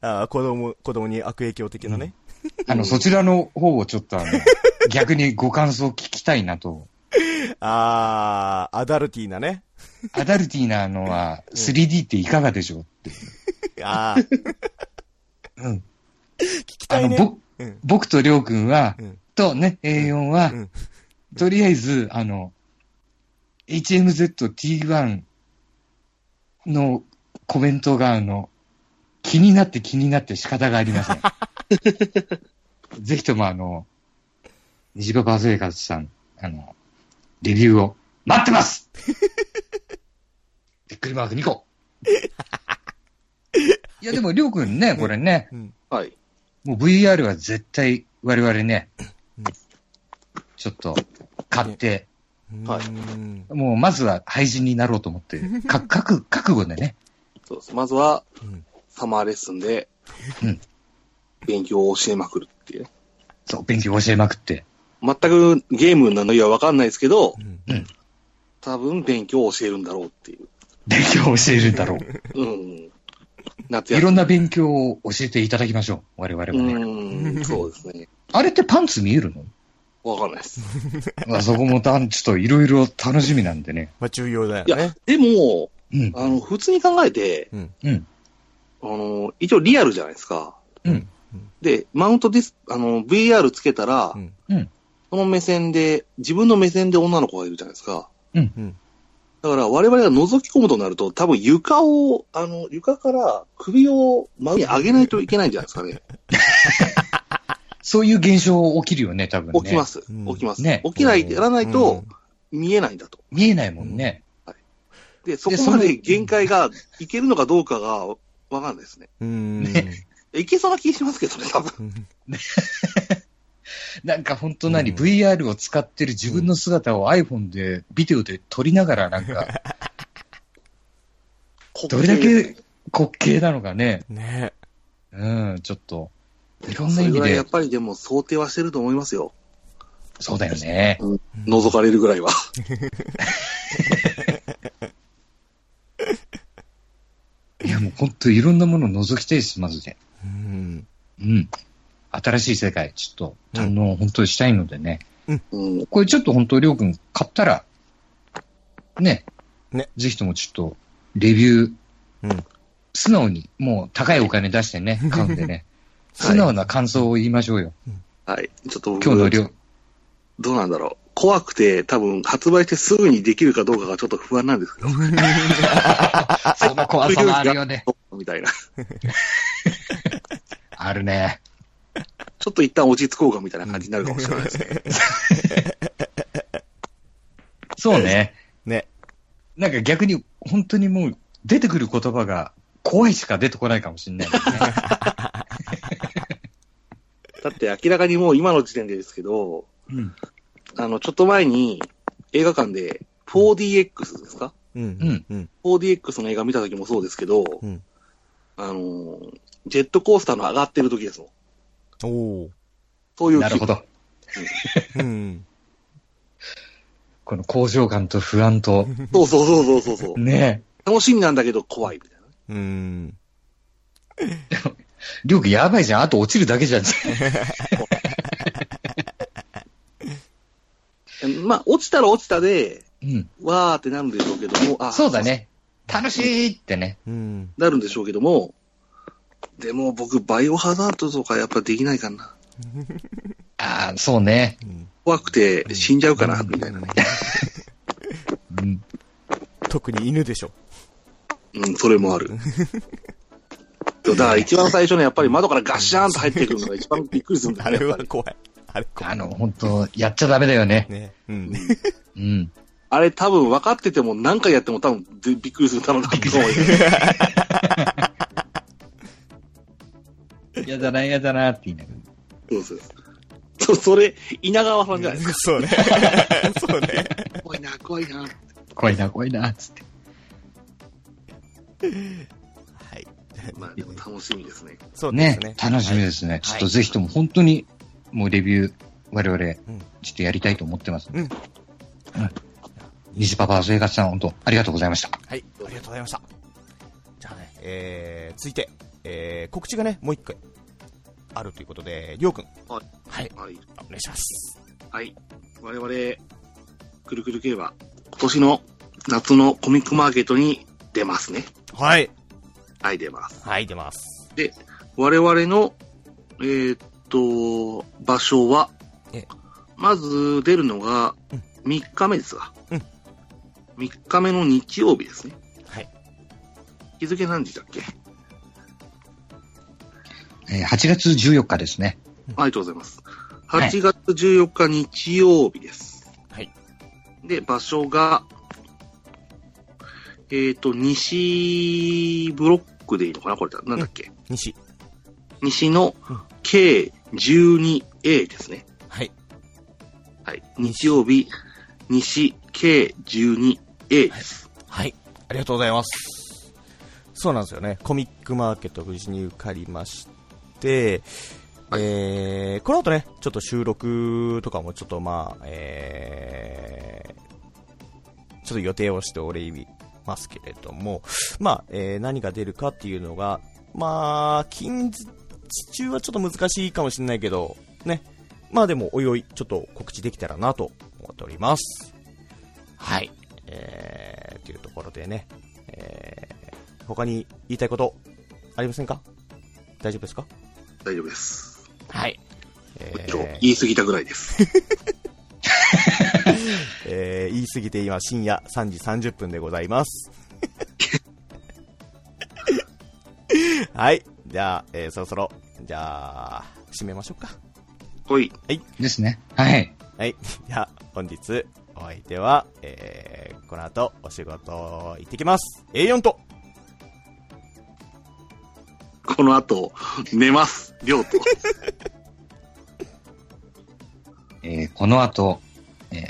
[SPEAKER 2] あー子供、子供に悪影響的なね。
[SPEAKER 3] あの、そちらの方をちょっとあの、逆にご感想聞きたいなと。
[SPEAKER 2] ああ、アダルティーなね。
[SPEAKER 3] アダルティーなのは 3D っていかがでしょうって。
[SPEAKER 2] ああ、聞
[SPEAKER 3] うん。
[SPEAKER 2] き
[SPEAKER 3] あ
[SPEAKER 2] たい
[SPEAKER 3] の、
[SPEAKER 2] ね。
[SPEAKER 3] ぼ
[SPEAKER 2] うん。
[SPEAKER 3] 僕とりょうくんは、
[SPEAKER 2] うん
[SPEAKER 3] とね、A4 は、
[SPEAKER 2] うん
[SPEAKER 3] とりあえず、あの、HMZT1 のコメントが、あの、気になって気になって仕方がありま せん。ぜひとも、あの、虹パパ生活さん、あの、レビューを待ってます びっくりマーク2個。いや、でも、りょうくんね、これね、
[SPEAKER 2] うん。
[SPEAKER 1] はい。
[SPEAKER 3] もう VR は絶対我々ね
[SPEAKER 2] うん、
[SPEAKER 3] ちょっと買って、
[SPEAKER 1] はい
[SPEAKER 2] うん
[SPEAKER 3] もうまずは廃人になろうと思って、 か、かく、覚悟でね。
[SPEAKER 1] そうです。まずは、
[SPEAKER 2] うん
[SPEAKER 1] サマーレッスンで
[SPEAKER 3] うん、
[SPEAKER 1] 勉強を教えまくるっていうね。
[SPEAKER 3] そう、勉強教えまくって。
[SPEAKER 1] 全くゲームなのにはわかんないですけど
[SPEAKER 2] う、ん
[SPEAKER 1] 多分勉強を教えるんだろうっていう。
[SPEAKER 3] 勉強を教えるんだろう。
[SPEAKER 1] うん。夏
[SPEAKER 3] い
[SPEAKER 1] 休
[SPEAKER 3] ろ
[SPEAKER 1] み。
[SPEAKER 3] んな勉強を教えていただきましょう。我々はね。
[SPEAKER 1] うん、そうですね。
[SPEAKER 3] あれってパンツ見 えるの
[SPEAKER 1] わかんないです。
[SPEAKER 3] あそこもたんちょっといろいろ楽しみなんでね。
[SPEAKER 2] まあ重要だよ
[SPEAKER 1] いや、
[SPEAKER 2] ね。
[SPEAKER 1] でも、
[SPEAKER 3] うん。
[SPEAKER 1] あの、普通に考えて、
[SPEAKER 2] うん。
[SPEAKER 3] うん。
[SPEAKER 1] あの、一応リアルじゃないですか。
[SPEAKER 3] うん。
[SPEAKER 1] で、マウントディス、あの、VR つけたら、
[SPEAKER 2] うん。
[SPEAKER 1] その目線で、自分の目線で女の子がいるじゃないですか。
[SPEAKER 2] うん。
[SPEAKER 1] だから我々が覗き込むとなると、多分床を、あの、床から首を真上に上げないといけないんじゃないですかね。
[SPEAKER 3] そういう現象起きるよね、多分ね。
[SPEAKER 1] 起きます。
[SPEAKER 2] うん
[SPEAKER 1] 起きます。
[SPEAKER 3] ね
[SPEAKER 1] 起きない、やらないと
[SPEAKER 2] うん
[SPEAKER 1] 見えないんだと。
[SPEAKER 3] 見えないもんね。
[SPEAKER 1] で、そこま
[SPEAKER 3] そ
[SPEAKER 1] で
[SPEAKER 3] の
[SPEAKER 1] 限界がいけるのかどうかがわかんないですね。
[SPEAKER 2] うん。
[SPEAKER 3] ね
[SPEAKER 1] いけそうな気しますけどね、多分。
[SPEAKER 2] うん
[SPEAKER 3] なんか本当何、
[SPEAKER 2] うん
[SPEAKER 3] VR を使ってる自分の姿を iPhone で、ビデオで撮りながらなんか、 どれだけ滑稽なのかね。
[SPEAKER 2] ね
[SPEAKER 3] うん、ちょっと。いろん
[SPEAKER 1] そ
[SPEAKER 3] な
[SPEAKER 1] れ
[SPEAKER 3] 意
[SPEAKER 1] ぐ
[SPEAKER 3] 味
[SPEAKER 1] らいや
[SPEAKER 3] で
[SPEAKER 1] っ。ぱりでも想定はしてると思いますよ。
[SPEAKER 3] そうだよね。
[SPEAKER 1] 覗かれるぐらいは。
[SPEAKER 3] いや、もう本当いろんなものを覗きたいです、マジで。
[SPEAKER 2] うん。
[SPEAKER 3] うん。新しい世界、ちょっと堪能、本当にしたいのでね。
[SPEAKER 1] うん。
[SPEAKER 3] これちょっと本当、りょうくん買ったら、ね。
[SPEAKER 2] ね。
[SPEAKER 3] ぜひともちょっと、レビュー、
[SPEAKER 2] うん。
[SPEAKER 3] 素直に、もう高いお金出して ね、買うんでね。素直な感想を言いましょうよ。
[SPEAKER 1] はい。ちょっと僕
[SPEAKER 3] 今日の量。
[SPEAKER 1] どうなんだろう。怖くて、多分発売してすぐにできるかどうかがちょっと不安なんですけど。
[SPEAKER 3] その怖さはあるよね。
[SPEAKER 1] みたいな。
[SPEAKER 3] あるね。
[SPEAKER 1] ちょっと一旦落ち着こうかみたいな感じになるかもしれないですね。
[SPEAKER 3] そうね。
[SPEAKER 2] ね。
[SPEAKER 3] なんか逆に、本当にもう、出てくる言葉が、怖いしか出てこないかもしれない、ね。
[SPEAKER 1] だって明らかにもう今の時点でですけど、
[SPEAKER 3] うん。
[SPEAKER 1] あの、ちょっと前に映画館で 4DX ですか
[SPEAKER 2] うん。うん。
[SPEAKER 1] 4DX の映画見た時もそうですけど、
[SPEAKER 2] うん
[SPEAKER 1] あのー、ジェットコースターの上がってる時ですもん。
[SPEAKER 2] おお。
[SPEAKER 1] そういう気分
[SPEAKER 3] なるほど。
[SPEAKER 2] うん。
[SPEAKER 3] この向上感と不安と、
[SPEAKER 1] そうそうそうそうそうそ う。
[SPEAKER 3] ね
[SPEAKER 1] 楽しみなんだけど怖いみたいな。
[SPEAKER 2] うーん。
[SPEAKER 3] え、りょうくんやばいじゃん。あと落ちるだけじゃん。
[SPEAKER 1] えまあ、落ちたら落ちたで、
[SPEAKER 3] うん。
[SPEAKER 1] わーってなるんでしょうけども、あ
[SPEAKER 3] そうだ。ね。楽しいってね。
[SPEAKER 2] うん。
[SPEAKER 1] なるんでしょうけども、でも僕、バイオハザードとかやっぱできないかな。
[SPEAKER 3] ああ、そうね。
[SPEAKER 2] うん
[SPEAKER 1] 怖くて死んじゃうかな、みたいなね。
[SPEAKER 3] うん。
[SPEAKER 2] 特に犬でしょ。
[SPEAKER 1] うん、それもある。だから一番最初のやっぱり窓からガッシャーンと入ってくるのが一番びっくりするんだ
[SPEAKER 2] あ
[SPEAKER 1] よね。
[SPEAKER 2] れ
[SPEAKER 1] やっ
[SPEAKER 2] は
[SPEAKER 1] ぱり
[SPEAKER 2] 怖い。あれ怖
[SPEAKER 3] あ
[SPEAKER 2] い。
[SPEAKER 3] の、本当やっちゃダメだよね。
[SPEAKER 2] ね。うん。
[SPEAKER 3] うん。
[SPEAKER 1] あれ多分分かってても何回やっても多分でびっくりするだろうなって思うよ。
[SPEAKER 3] やだな、やだなって言いながら。
[SPEAKER 1] そうそう。そそれ、稲川さんじゃないですか。
[SPEAKER 2] そうね。 そうね。
[SPEAKER 1] 怖いな、怖いな。
[SPEAKER 3] 怖いな、怖いな、つって。
[SPEAKER 2] はい。
[SPEAKER 1] まあでも楽しみですね。
[SPEAKER 2] そうです
[SPEAKER 3] ね
[SPEAKER 2] ね。
[SPEAKER 3] 楽しみ
[SPEAKER 2] はい
[SPEAKER 3] ですね。ちょっとぜひとも本当に、もうレビュー、我々、ちょっとやりたいと思ってます。
[SPEAKER 2] うん
[SPEAKER 3] うん。虹パパ、生活さん、本当ありがとうございました。
[SPEAKER 2] はい、ありがとうございました。じゃあね、えー、続いて、えー、告知がね、もう一回、あるということで、りょうくん。
[SPEAKER 1] はい。
[SPEAKER 2] はい、
[SPEAKER 1] はい。
[SPEAKER 2] お願いします。
[SPEAKER 1] はい。我々、くるくる競馬、今年の夏のコミックマーケットに出ますね。
[SPEAKER 2] はい。
[SPEAKER 1] はい、出ます。
[SPEAKER 2] はい、出ます。
[SPEAKER 1] 我々の、えーっと、場所は
[SPEAKER 2] ええ、
[SPEAKER 1] まず出るのが
[SPEAKER 2] うん
[SPEAKER 1] 3日目ですが、
[SPEAKER 2] うん
[SPEAKER 1] 3日目の日曜日ですね。
[SPEAKER 2] はい。
[SPEAKER 1] 日付何時だっけ
[SPEAKER 3] えー8月14日ですね。
[SPEAKER 1] ありがとうございます。
[SPEAKER 3] い
[SPEAKER 1] 8月14日日曜日です。
[SPEAKER 2] はい。
[SPEAKER 1] で、場所が、えっ、と、西ブロックでいいのかなこれだ。なんだっけ、
[SPEAKER 2] 西。
[SPEAKER 1] 西の
[SPEAKER 2] うん
[SPEAKER 1] 計 12A ですね。
[SPEAKER 2] はい。
[SPEAKER 1] はい。日曜日、西計 12A です。
[SPEAKER 2] はい。ありがとうございます。そうなんですよね。コミックマーケット無事に受かりまして、えー、この後ね、ちょっと収録とかもちょっとまあ、えー、ちょっと予定をしておりますけれども、まあ、えー、何が出るかっていうのが、まあ、近日中はちょっと難しいかもしれないけど、ね。まあでも、おいおい、ちょっと告知できたらなと思っております。はい。えー、というところでね、えー、他に言いたいことありませんか大丈夫ですか
[SPEAKER 1] 大丈夫です。
[SPEAKER 2] はい。え
[SPEAKER 1] もちろん
[SPEAKER 2] ー
[SPEAKER 1] 言い過ぎたぐらいです。
[SPEAKER 2] えー言い過ぎて今深夜3時30分でござ います。はい。じゃあ、えーそろそろ、じゃあ、締めましょうか。
[SPEAKER 1] ほい。
[SPEAKER 3] ですね。はい。
[SPEAKER 2] はい。じゃあ、本日、お相手は、えー、この後、お仕事行ってきます。A4 と、
[SPEAKER 1] この後、寝ます。りょうと。
[SPEAKER 3] えーこの後、えー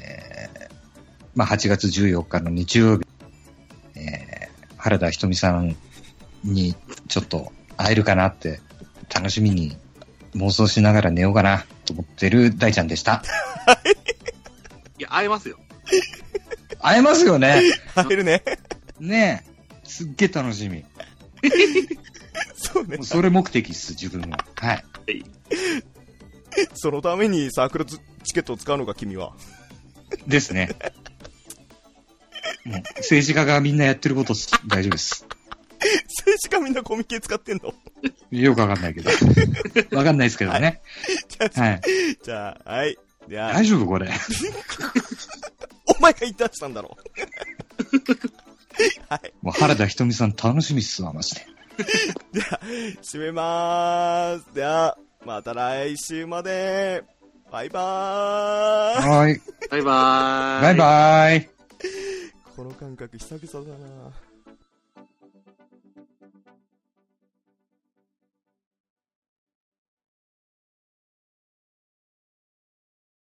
[SPEAKER 3] まあ、8月14日の日曜日、えー原田ひとみさんにちょっと会えるかなって楽しみに妄想しながら寝ようかなと思ってる大ちゃんで した。
[SPEAKER 1] いや、会えますよ。
[SPEAKER 3] 会えますよね
[SPEAKER 2] 入るね。
[SPEAKER 3] ねえ。すっげえ楽しみ。
[SPEAKER 2] そうね
[SPEAKER 3] もう。それ目的っす、自分は。はい。
[SPEAKER 2] そのためにサークルチケットを使うのか、君は。
[SPEAKER 3] ですね。もう政治家がみんなやってることっす大丈夫です。
[SPEAKER 2] 政治家みんなコミケ使ってんの
[SPEAKER 3] よくわかんない けど。わかんないですけどね。はい。
[SPEAKER 2] じゃあ、はい。じゃあ
[SPEAKER 3] 大、丈夫これ。
[SPEAKER 2] お前が言い出したんだろ。はい。
[SPEAKER 3] もう原田ひとみさん楽しみっすわ、マジで。
[SPEAKER 2] じゃあ、締めまーす。じゃあ、また来週まで。バイバーイ。
[SPEAKER 3] はーい。
[SPEAKER 1] バイバーイ。
[SPEAKER 3] バイバーイ。
[SPEAKER 2] この感覚久々だな